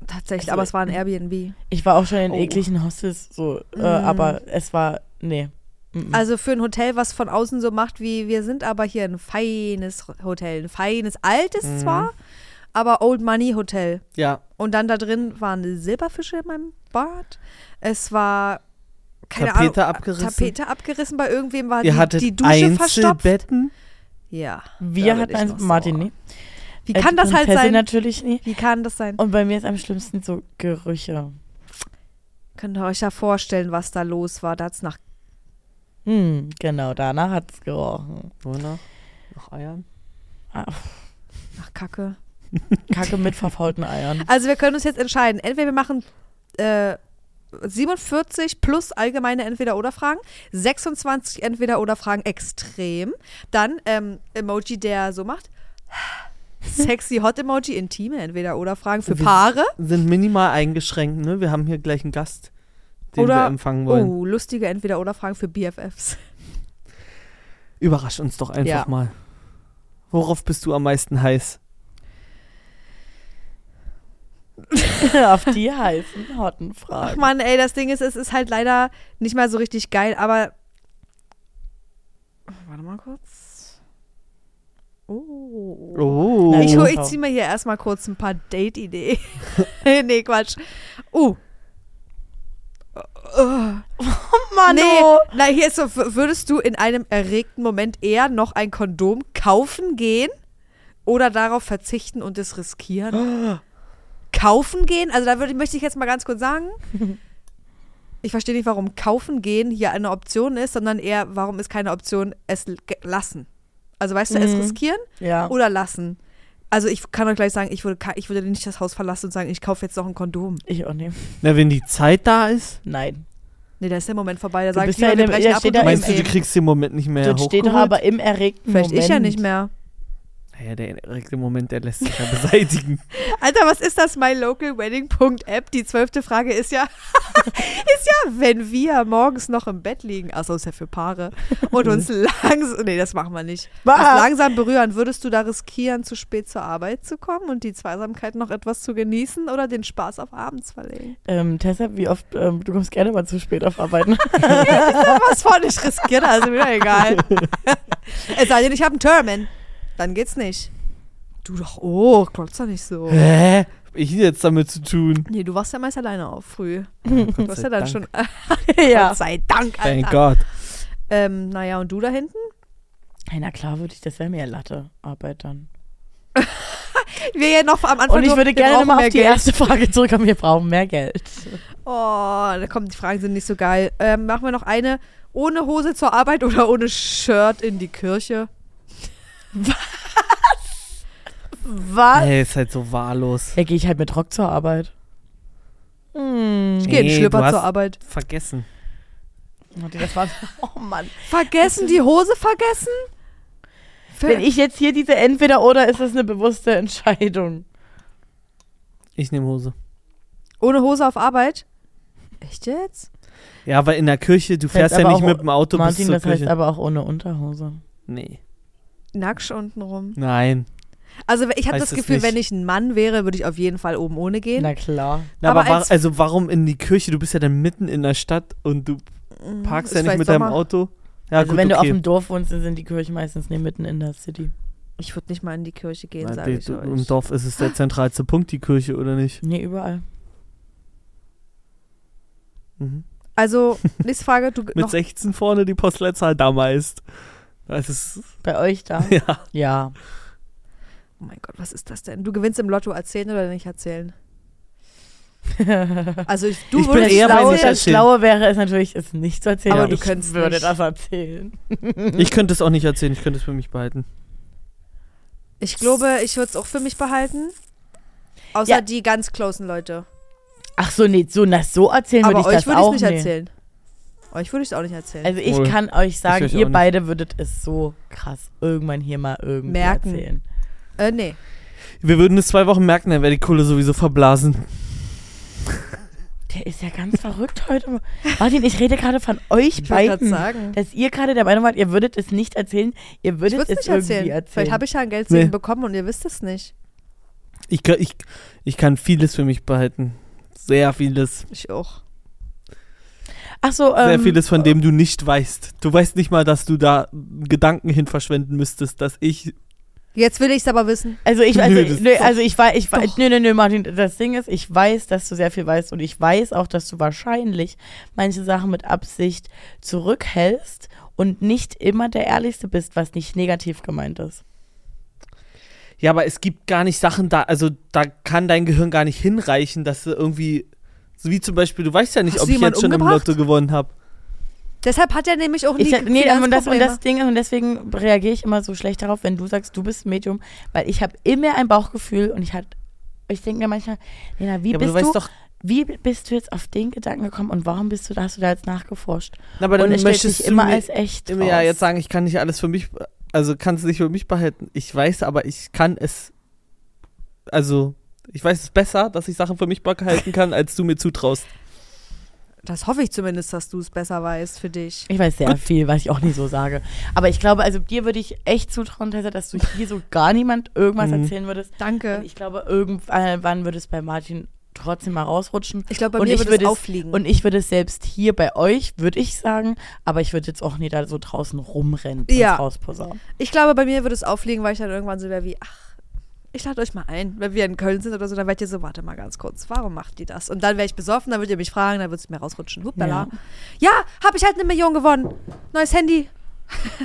[SPEAKER 2] Tatsächlich,
[SPEAKER 3] Also-
[SPEAKER 2] aber es war ein Airbnb.
[SPEAKER 3] Ich war auch schon in
[SPEAKER 1] Oh.
[SPEAKER 3] ekligen Hostels, so, äh, aber es war, nee. Mhm.
[SPEAKER 2] Mhm. Also für ein Hotel, was von außen so macht wie wir sind, aber hier ein feines Hotel, ein feines, altes zwar, aber Old Money Hotel.
[SPEAKER 1] Ja,
[SPEAKER 2] Und dann da drin waren Silberfische in meinem Bad. Es war keine
[SPEAKER 1] Tapete
[SPEAKER 2] Ahnung,
[SPEAKER 1] abgerissen.
[SPEAKER 2] Tapete abgerissen bei irgendwem war
[SPEAKER 1] ihr
[SPEAKER 2] die,
[SPEAKER 1] hattet
[SPEAKER 2] die Dusche verstopft.
[SPEAKER 1] Einzelbetten.
[SPEAKER 2] Ja. da
[SPEAKER 3] wir
[SPEAKER 2] bin
[SPEAKER 3] hatten
[SPEAKER 2] ich
[SPEAKER 3] eins
[SPEAKER 2] noch
[SPEAKER 3] mit Martin,
[SPEAKER 2] sauer.
[SPEAKER 3] nie.
[SPEAKER 2] Wie
[SPEAKER 3] Äh,
[SPEAKER 2] kann
[SPEAKER 3] die
[SPEAKER 2] das halt
[SPEAKER 3] Prinzessin
[SPEAKER 2] sein?
[SPEAKER 3] natürlich nie.
[SPEAKER 2] Wie kann das sein?
[SPEAKER 3] Und bei mir ist am schlimmsten so Gerüche.
[SPEAKER 2] Könnt ihr euch ja vorstellen, was da los war? Da hat's nach
[SPEAKER 3] Hm, genau, danach hat's gerochen.
[SPEAKER 1] Wonach? Nach Eiern?
[SPEAKER 2] nach Kacke.
[SPEAKER 3] Kacke mit
[SPEAKER 2] [LAUGHS]
[SPEAKER 3] verfaulten Eiern.
[SPEAKER 2] Also wir können uns jetzt entscheiden. Entweder wir machen äh, 47 plus allgemeine Entweder-Oder-Fragen, 26 Entweder-Oder-Fragen extrem, dann ähm, Emoji, der so macht. Sexy Hot Emoji, intime Entweder-Oder-Fragen für
[SPEAKER 1] Wir-
[SPEAKER 2] Paare.
[SPEAKER 1] Sind minimal eingeschränkt, ne? Wir haben hier gleich einen Gast, den
[SPEAKER 2] Oder-
[SPEAKER 1] wir empfangen wollen.
[SPEAKER 2] Oh, lustige Entweder-Oder-Fragen für BFFs.
[SPEAKER 1] Überrasch uns doch einfach
[SPEAKER 3] Ja.
[SPEAKER 1] mal. Worauf bist du am meisten heiß?
[SPEAKER 3] Auf die heißen, harten
[SPEAKER 2] Ach
[SPEAKER 3] Fragen.
[SPEAKER 2] Mann, ey, das Ding ist, es ist halt leider nicht mal so richtig geil, aber. Warte mal kurz. Oh.
[SPEAKER 1] Oh.
[SPEAKER 3] Na,
[SPEAKER 2] Ich, hol- ich
[SPEAKER 3] Wow.
[SPEAKER 2] ziehe mir hier erstmal kurz ein paar Date-Ideen. [LAUGHS] nee, Quatsch. Uh.
[SPEAKER 3] Manu!
[SPEAKER 2] Nee, na, hier ist so, w- würdest du in einem erregten Moment eher noch ein Kondom kaufen gehen oder darauf verzichten und es riskieren? kaufen gehen? Also da würde, möchte ich jetzt mal ganz kurz sagen, ich verstehe nicht, warum kaufen gehen hier eine Option ist, sondern eher, warum ist keine Option, es l- ge- lassen. Also weißt du, es
[SPEAKER 3] Mhm.
[SPEAKER 2] riskieren
[SPEAKER 3] Ja.
[SPEAKER 2] oder lassen. Also ich kann euch gleich sagen, ich würde, ka- ich würde nicht das Haus verlassen und sagen, ich kaufe jetzt noch ein Kondom.
[SPEAKER 3] Ich auch nicht.
[SPEAKER 1] Na, wenn die Zeit da ist,
[SPEAKER 3] Nein.
[SPEAKER 2] Nee, da ist der Moment vorbei, da
[SPEAKER 3] Du
[SPEAKER 2] sage ich,
[SPEAKER 3] bist ja
[SPEAKER 2] lieber,
[SPEAKER 3] in
[SPEAKER 2] wir
[SPEAKER 3] dem-
[SPEAKER 2] brechen
[SPEAKER 3] ja,
[SPEAKER 2] ab
[SPEAKER 3] steht
[SPEAKER 2] und
[SPEAKER 3] da im
[SPEAKER 1] meinst du,
[SPEAKER 2] durchgehen.
[SPEAKER 1] du kriegst den Moment nicht mehr
[SPEAKER 3] Dort steht doch
[SPEAKER 1] hochgeholt?
[SPEAKER 3] aber im erregten
[SPEAKER 2] Vielleicht
[SPEAKER 3] Moment.
[SPEAKER 2] ich ja nicht mehr.
[SPEAKER 1] Naja, der erregte Moment, der lässt sich ja beseitigen. [LAUGHS]
[SPEAKER 2] Alter, was ist das? MyLocalWedding.app. Die zwölfte Frage ist ja, [LAUGHS] ist ja, wenn wir morgens noch im Bett liegen, also ist ja für Paare, und
[SPEAKER 3] [LAUGHS]
[SPEAKER 2] uns langsam, nee, das machen wir nicht, uns
[SPEAKER 3] Was?
[SPEAKER 2] langsam berühren, würdest du da riskieren, zu spät zur Arbeit zu kommen und die Zweisamkeit noch etwas zu genießen oder den Spaß auf abends verlegen?
[SPEAKER 3] Ähm, Tessa, wie oft, ähm, du kommst gerne mal zu spät auf ne? Arbeiten.
[SPEAKER 2] [LAUGHS] Was von, ich riskiere, also mir doch egal. es sei denn, ich habe einen Termin. Dann geht's nicht. Du doch, oh, klotz doch nicht so.
[SPEAKER 1] Hä? Hab ich jetzt damit zu tun?
[SPEAKER 2] Nee, du wachst ja meist alleine auf früh.
[SPEAKER 3] [LAUGHS]
[SPEAKER 1] Gott
[SPEAKER 2] Du hast
[SPEAKER 1] sei
[SPEAKER 2] ja dann
[SPEAKER 1] Dank.
[SPEAKER 2] schon. [LAUGHS]
[SPEAKER 3] ja.
[SPEAKER 2] Gott sei Dank,
[SPEAKER 1] Thank
[SPEAKER 2] Alter.
[SPEAKER 1] God.
[SPEAKER 2] Ähm, naja, und du da hinten?
[SPEAKER 3] Hey, na klar würde ich, das wäre mir Latte Arbeit dann.
[SPEAKER 2] Wir ja noch am Anfang.
[SPEAKER 3] Und ich
[SPEAKER 2] nur-
[SPEAKER 3] würde
[SPEAKER 2] wir
[SPEAKER 3] gerne
[SPEAKER 2] brauchen
[SPEAKER 3] mal
[SPEAKER 2] mehr
[SPEAKER 3] auf die
[SPEAKER 2] Geld.
[SPEAKER 3] erste Frage zurückkommen, wir brauchen mehr Geld.
[SPEAKER 2] Oh, da kommen die Fragen sind nicht so geil. Ähm, machen wir noch eine ohne Hose zur Arbeit oder ohne Shirt in die Kirche? Was? Was?
[SPEAKER 1] Ey, ist halt so wahllos.
[SPEAKER 3] Da gehe ich halt mit Rock zur Arbeit.
[SPEAKER 2] Ich gehe in
[SPEAKER 1] Nee, du
[SPEAKER 2] Schlipper
[SPEAKER 1] hast-
[SPEAKER 2] zur Arbeit.
[SPEAKER 1] Vergessen.
[SPEAKER 3] Das war, oh Mann.
[SPEAKER 2] Vergessen, die Hose vergessen? Ver-
[SPEAKER 3] Wenn ich jetzt hier diese Entweder-Oder, ist das eine bewusste Entscheidung.
[SPEAKER 1] Ich nehme Hose.
[SPEAKER 2] ohne Hose auf Arbeit? Echt jetzt?
[SPEAKER 1] Ja, weil in der Kirche, du fährst ja
[SPEAKER 3] aber
[SPEAKER 1] nicht
[SPEAKER 3] auch-
[SPEAKER 1] mit dem Auto bis
[SPEAKER 3] Martin,
[SPEAKER 1] zur
[SPEAKER 3] das heißt
[SPEAKER 1] Kirche.
[SPEAKER 3] aber auch ohne Unterhose.
[SPEAKER 1] nee.
[SPEAKER 2] Nackt untenrum.
[SPEAKER 1] Nein.
[SPEAKER 2] Also ich habe
[SPEAKER 1] Heißt
[SPEAKER 2] das
[SPEAKER 1] es
[SPEAKER 2] Gefühl,
[SPEAKER 1] nicht.
[SPEAKER 2] wenn ich ein Mann wäre, würde ich auf jeden Fall oben ohne gehen.
[SPEAKER 3] Na klar.
[SPEAKER 1] Na,
[SPEAKER 2] Aber
[SPEAKER 1] aber wa
[SPEAKER 2] als-
[SPEAKER 1] also warum in die Kirche? Du bist ja dann mitten in der Stadt und du
[SPEAKER 3] Hm,
[SPEAKER 1] parkst
[SPEAKER 2] ist
[SPEAKER 1] ja nicht
[SPEAKER 2] vielleicht
[SPEAKER 1] mit deinem
[SPEAKER 2] Sommer.
[SPEAKER 1] Auto. Ja,
[SPEAKER 3] also
[SPEAKER 1] gut,
[SPEAKER 3] wenn du auf
[SPEAKER 1] okay.
[SPEAKER 3] dem Dorf wohnst, dann sind die Kirchen meistens nicht mitten in der City.
[SPEAKER 2] Ich würde nicht mal in die Kirche gehen,
[SPEAKER 1] Na,
[SPEAKER 2] sage
[SPEAKER 1] die-
[SPEAKER 2] ich
[SPEAKER 1] du-
[SPEAKER 2] euch.
[SPEAKER 1] Im Dorf ist es der zentralste Punkt, die Kirche, oder nicht?
[SPEAKER 3] Nee, überall.
[SPEAKER 1] Mhm.
[SPEAKER 2] Also, nächste Frage,
[SPEAKER 1] [LAUGHS]
[SPEAKER 2] du
[SPEAKER 1] Mit
[SPEAKER 2] noch
[SPEAKER 1] 16 vorne die Postleitzahl damals. Das
[SPEAKER 3] [LAUGHS]
[SPEAKER 1] ist,
[SPEAKER 3] Bei euch da?
[SPEAKER 1] ja.
[SPEAKER 3] ja.
[SPEAKER 2] Oh mein Gott, was ist das denn? Du gewinnst im Lotto erzählen oder nicht erzählen?
[SPEAKER 3] [LAUGHS]
[SPEAKER 2] Also ich, du
[SPEAKER 1] Ich bin
[SPEAKER 2] würdest
[SPEAKER 1] eher bei
[SPEAKER 2] schlau
[SPEAKER 1] nicht
[SPEAKER 2] sein.
[SPEAKER 3] das
[SPEAKER 1] erzählen.
[SPEAKER 3] Schlaue wäre es natürlich, es nicht zu erzählen.
[SPEAKER 2] Aber du
[SPEAKER 3] ich
[SPEAKER 2] könntest
[SPEAKER 3] würde
[SPEAKER 2] nicht.
[SPEAKER 3] das erzählen.
[SPEAKER 1] Ich könnte es auch nicht erzählen, ich könnte es für mich behalten.
[SPEAKER 2] Ich glaube, ich würde es auch für mich behalten. Außer
[SPEAKER 3] Ja.
[SPEAKER 2] die ganz closen Leute.
[SPEAKER 3] Ach so, nee, so, na, so erzählen würde
[SPEAKER 2] Aber
[SPEAKER 3] ich
[SPEAKER 2] euch
[SPEAKER 3] das
[SPEAKER 2] würde ich
[SPEAKER 3] auch
[SPEAKER 2] nicht
[SPEAKER 3] nicht.
[SPEAKER 2] erzählen. Euch würde ich es auch nicht erzählen.
[SPEAKER 3] Also ich
[SPEAKER 1] Wohl.
[SPEAKER 3] kann euch sagen,
[SPEAKER 1] euch auch
[SPEAKER 3] ihr
[SPEAKER 1] nicht.
[SPEAKER 3] beide würdet es so krass irgendwann hier mal irgendwie
[SPEAKER 2] Merken.
[SPEAKER 3] erzählen.
[SPEAKER 2] äh, nee.
[SPEAKER 1] Wir würden es zwei Wochen merken, dann wäre die Kohle sowieso verblasen.
[SPEAKER 3] Der ist ja ganz verrückt heute. Martin, ich rede gerade von
[SPEAKER 2] Ich
[SPEAKER 3] euch
[SPEAKER 2] wollte gerade
[SPEAKER 3] beiden.
[SPEAKER 2] sagen.
[SPEAKER 3] Dass ihr gerade der Meinung wart, ihr würdet es nicht erzählen, ihr
[SPEAKER 2] Ich
[SPEAKER 3] würdet
[SPEAKER 2] würde es
[SPEAKER 3] es
[SPEAKER 2] nicht
[SPEAKER 3] irgendwie
[SPEAKER 2] erzählen.
[SPEAKER 3] erzählen.
[SPEAKER 2] Vielleicht habe ich ja ein Geldsegen
[SPEAKER 1] Nee.
[SPEAKER 2] bekommen und ihr wisst es nicht.
[SPEAKER 1] Ich, kann- ich, ich kann vieles für mich behalten. Sehr vieles.
[SPEAKER 2] Ich auch.
[SPEAKER 3] Ach so, ähm,
[SPEAKER 1] Sehr vieles, von dem du nicht weißt. Du weißt nicht mal, dass du da Gedanken hin verschwenden müsstest, dass ich.
[SPEAKER 2] Jetzt will ich es aber wissen.
[SPEAKER 3] Also ich,
[SPEAKER 1] [LAUGHS]
[SPEAKER 3] also,
[SPEAKER 1] Nö,
[SPEAKER 3] nö,
[SPEAKER 1] das-
[SPEAKER 3] also ich weiß, ich weiß,
[SPEAKER 2] Doch.
[SPEAKER 3] nö, nö, nö, Martin, das Ding ist, ich weiß, dass du sehr viel weißt und ich weiß auch, dass du wahrscheinlich manche Sachen mit Absicht zurückhältst und nicht immer der Ehrlichste bist, was nicht negativ gemeint ist.
[SPEAKER 1] Ja, aber es gibt gar nicht Sachen da. Also, da kann dein Gehirn gar nicht hinreichen, dass du irgendwie. So wie zum Beispiel, du weißt ja nicht,
[SPEAKER 2] Hast
[SPEAKER 1] ob
[SPEAKER 2] du
[SPEAKER 1] ich
[SPEAKER 2] jemanden
[SPEAKER 1] jetzt schon im
[SPEAKER 2] umgebracht?
[SPEAKER 1] Lotto gewonnen habe.
[SPEAKER 2] Deshalb hat er nämlich auch nie
[SPEAKER 3] Ich, sag- nee, und das, und
[SPEAKER 2] Finanzprobleme.
[SPEAKER 3] das Ding ist, und deswegen reagiere ich immer so schlecht darauf, wenn du sagst, du bist ein Medium, weil ich habe immer ein Bauchgefühl und ich hat, ich denke mir manchmal, Lena, wie
[SPEAKER 1] Ja, aber
[SPEAKER 3] bist
[SPEAKER 1] du weißt
[SPEAKER 3] du,
[SPEAKER 1] doch.
[SPEAKER 3] wie bist du jetzt auf den Gedanken gekommen und warum bist du da, hast du da jetzt nachgeforscht?
[SPEAKER 1] Na, aber
[SPEAKER 3] und
[SPEAKER 1] dann
[SPEAKER 3] es stellt sich
[SPEAKER 1] möchtest du
[SPEAKER 3] immer
[SPEAKER 1] mir-
[SPEAKER 3] als echt
[SPEAKER 1] Im Jahr
[SPEAKER 3] raus.
[SPEAKER 1] jetzt sagen, ich kann nicht alles für mich, also kann es nicht für mich behalten. Ich weiß, aber ich kann es, also ich weiß es besser, dass ich Sachen für mich behalten kann, als du mir zutraust.
[SPEAKER 2] das hoffe ich zumindest, dass du es besser weißt für dich.
[SPEAKER 3] Ich weiß sehr viel, was ich auch nicht so sage. Aber ich glaube, also dir würde ich echt zutrauen, Tessa, dass du hier so gar niemand irgendwas
[SPEAKER 1] Mhm.
[SPEAKER 3] erzählen würdest. Und
[SPEAKER 2] Danke.
[SPEAKER 3] ich glaube, irgendwann würde es bei Martin trotzdem mal rausrutschen.
[SPEAKER 2] Ich glaube, bei
[SPEAKER 3] Und
[SPEAKER 2] mir
[SPEAKER 3] ich
[SPEAKER 2] würde
[SPEAKER 3] würde
[SPEAKER 2] es
[SPEAKER 3] es-
[SPEAKER 2] auffliegen.
[SPEAKER 3] Und ich würde es selbst hier bei euch, würde ich sagen, aber ich würde jetzt auch nie da so draußen rumrennen
[SPEAKER 2] Ja.
[SPEAKER 3] und rausposaunen.
[SPEAKER 2] Ich glaube, bei mir würde es auffliegen, weil ich dann irgendwann so wäre wie, ach, ich lade euch mal ein. Wenn wir in Köln sind oder so, dann werdet ihr so, warte mal ganz kurz, warum macht die das? Und dann wäre ich besoffen, dann würdet ihr mich fragen, dann würdet ihr mir rausrutschen. Hupala. Ja, habe ich halt eine Million gewonnen. Neues Handy.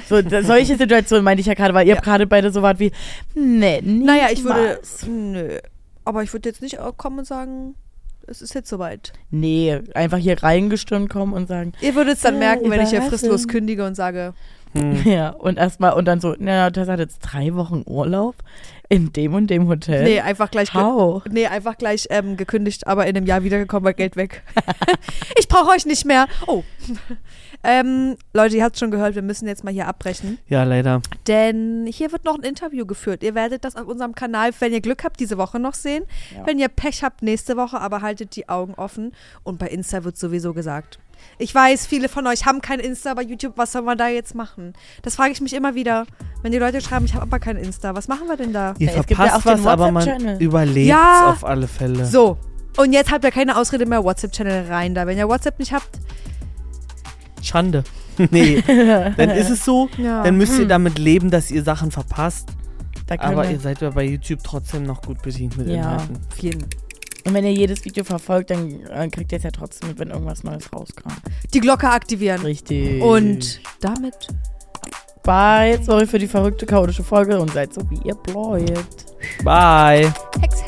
[SPEAKER 3] So, da- solche Situationen meinte ich ja gerade, weil ihr
[SPEAKER 2] Ja.
[SPEAKER 3] gerade beide so wart wie, nee,
[SPEAKER 2] Naja, ich würde,
[SPEAKER 3] niemals.
[SPEAKER 2] nö. Aber ich würde jetzt nicht äh, kommen und sagen, es ist jetzt soweit.
[SPEAKER 3] Nee, einfach hier reingestürmt kommen und sagen,
[SPEAKER 2] Ihr würdet es dann
[SPEAKER 3] Ja,
[SPEAKER 2] merken, wenn ich hier
[SPEAKER 3] Äh, überraschend.
[SPEAKER 2] fristlos kündige und sage,
[SPEAKER 3] [LAUGHS] Ja, und erstmal, und dann so, na, das hat jetzt drei Wochen Urlaub in dem und dem Hotel.
[SPEAKER 2] nee, einfach gleich ge-
[SPEAKER 3] Ciao.
[SPEAKER 2] Nee, einfach gleich ähm, gekündigt, aber in einem Jahr wiedergekommen, weil Geld weg. [LAUGHS] ich brauche euch nicht mehr. Oh. [LAUGHS] ähm, Leute, ihr habt schon gehört, wir müssen jetzt mal hier abbrechen.
[SPEAKER 1] Ja, leider.
[SPEAKER 2] Denn hier wird noch ein Interview geführt. Ihr werdet das auf unserem Kanal, wenn ihr Glück habt, diese Woche noch sehen.
[SPEAKER 3] Ja.
[SPEAKER 2] Wenn ihr Pech habt, nächste Woche, aber haltet die Augen offen. Und bei Insta wird sowieso gesagt. Ich weiß, viele von euch haben kein Insta bei YouTube. Was soll man da jetzt machen? Das frage ich mich immer wieder. Wenn die Leute schreiben, ich habe aber kein Insta. Was machen wir denn da?
[SPEAKER 1] [LAUGHS] Ihr
[SPEAKER 3] Es gibt ja
[SPEAKER 1] verpasst
[SPEAKER 3] auch den
[SPEAKER 1] was, aber man
[SPEAKER 3] WhatsApp-Channel.
[SPEAKER 1] überlebt
[SPEAKER 2] Ja.
[SPEAKER 1] auf alle Fälle.
[SPEAKER 2] So, und jetzt habt ihr keine Ausrede mehr, WhatsApp-Channel rein da. Wenn ihr WhatsApp nicht habt,
[SPEAKER 3] [LAUGHS]
[SPEAKER 1] Schande. nee, dann ist es so,
[SPEAKER 2] Ja.
[SPEAKER 1] dann müsst ihr damit leben, dass ihr Sachen verpasst.
[SPEAKER 3] Hm. Da können
[SPEAKER 1] Aber
[SPEAKER 3] wir,
[SPEAKER 1] ihr seid ja bei YouTube trotzdem noch gut bedient mit
[SPEAKER 3] Ja.
[SPEAKER 1] Inhalten.
[SPEAKER 2] Auf jeden.
[SPEAKER 3] und wenn ihr jedes Video verfolgt, dann äh, kriegt ihr es ja trotzdem mit, wenn irgendwas Neues rauskam.
[SPEAKER 2] Die Glocke aktivieren.
[SPEAKER 3] Richtig.
[SPEAKER 2] Und damit
[SPEAKER 3] Bye. Sorry für die verrückte, chaotische Folge und seid so, wie ihr bleibt.
[SPEAKER 1] Bye.
[SPEAKER 2] Hex, Hex.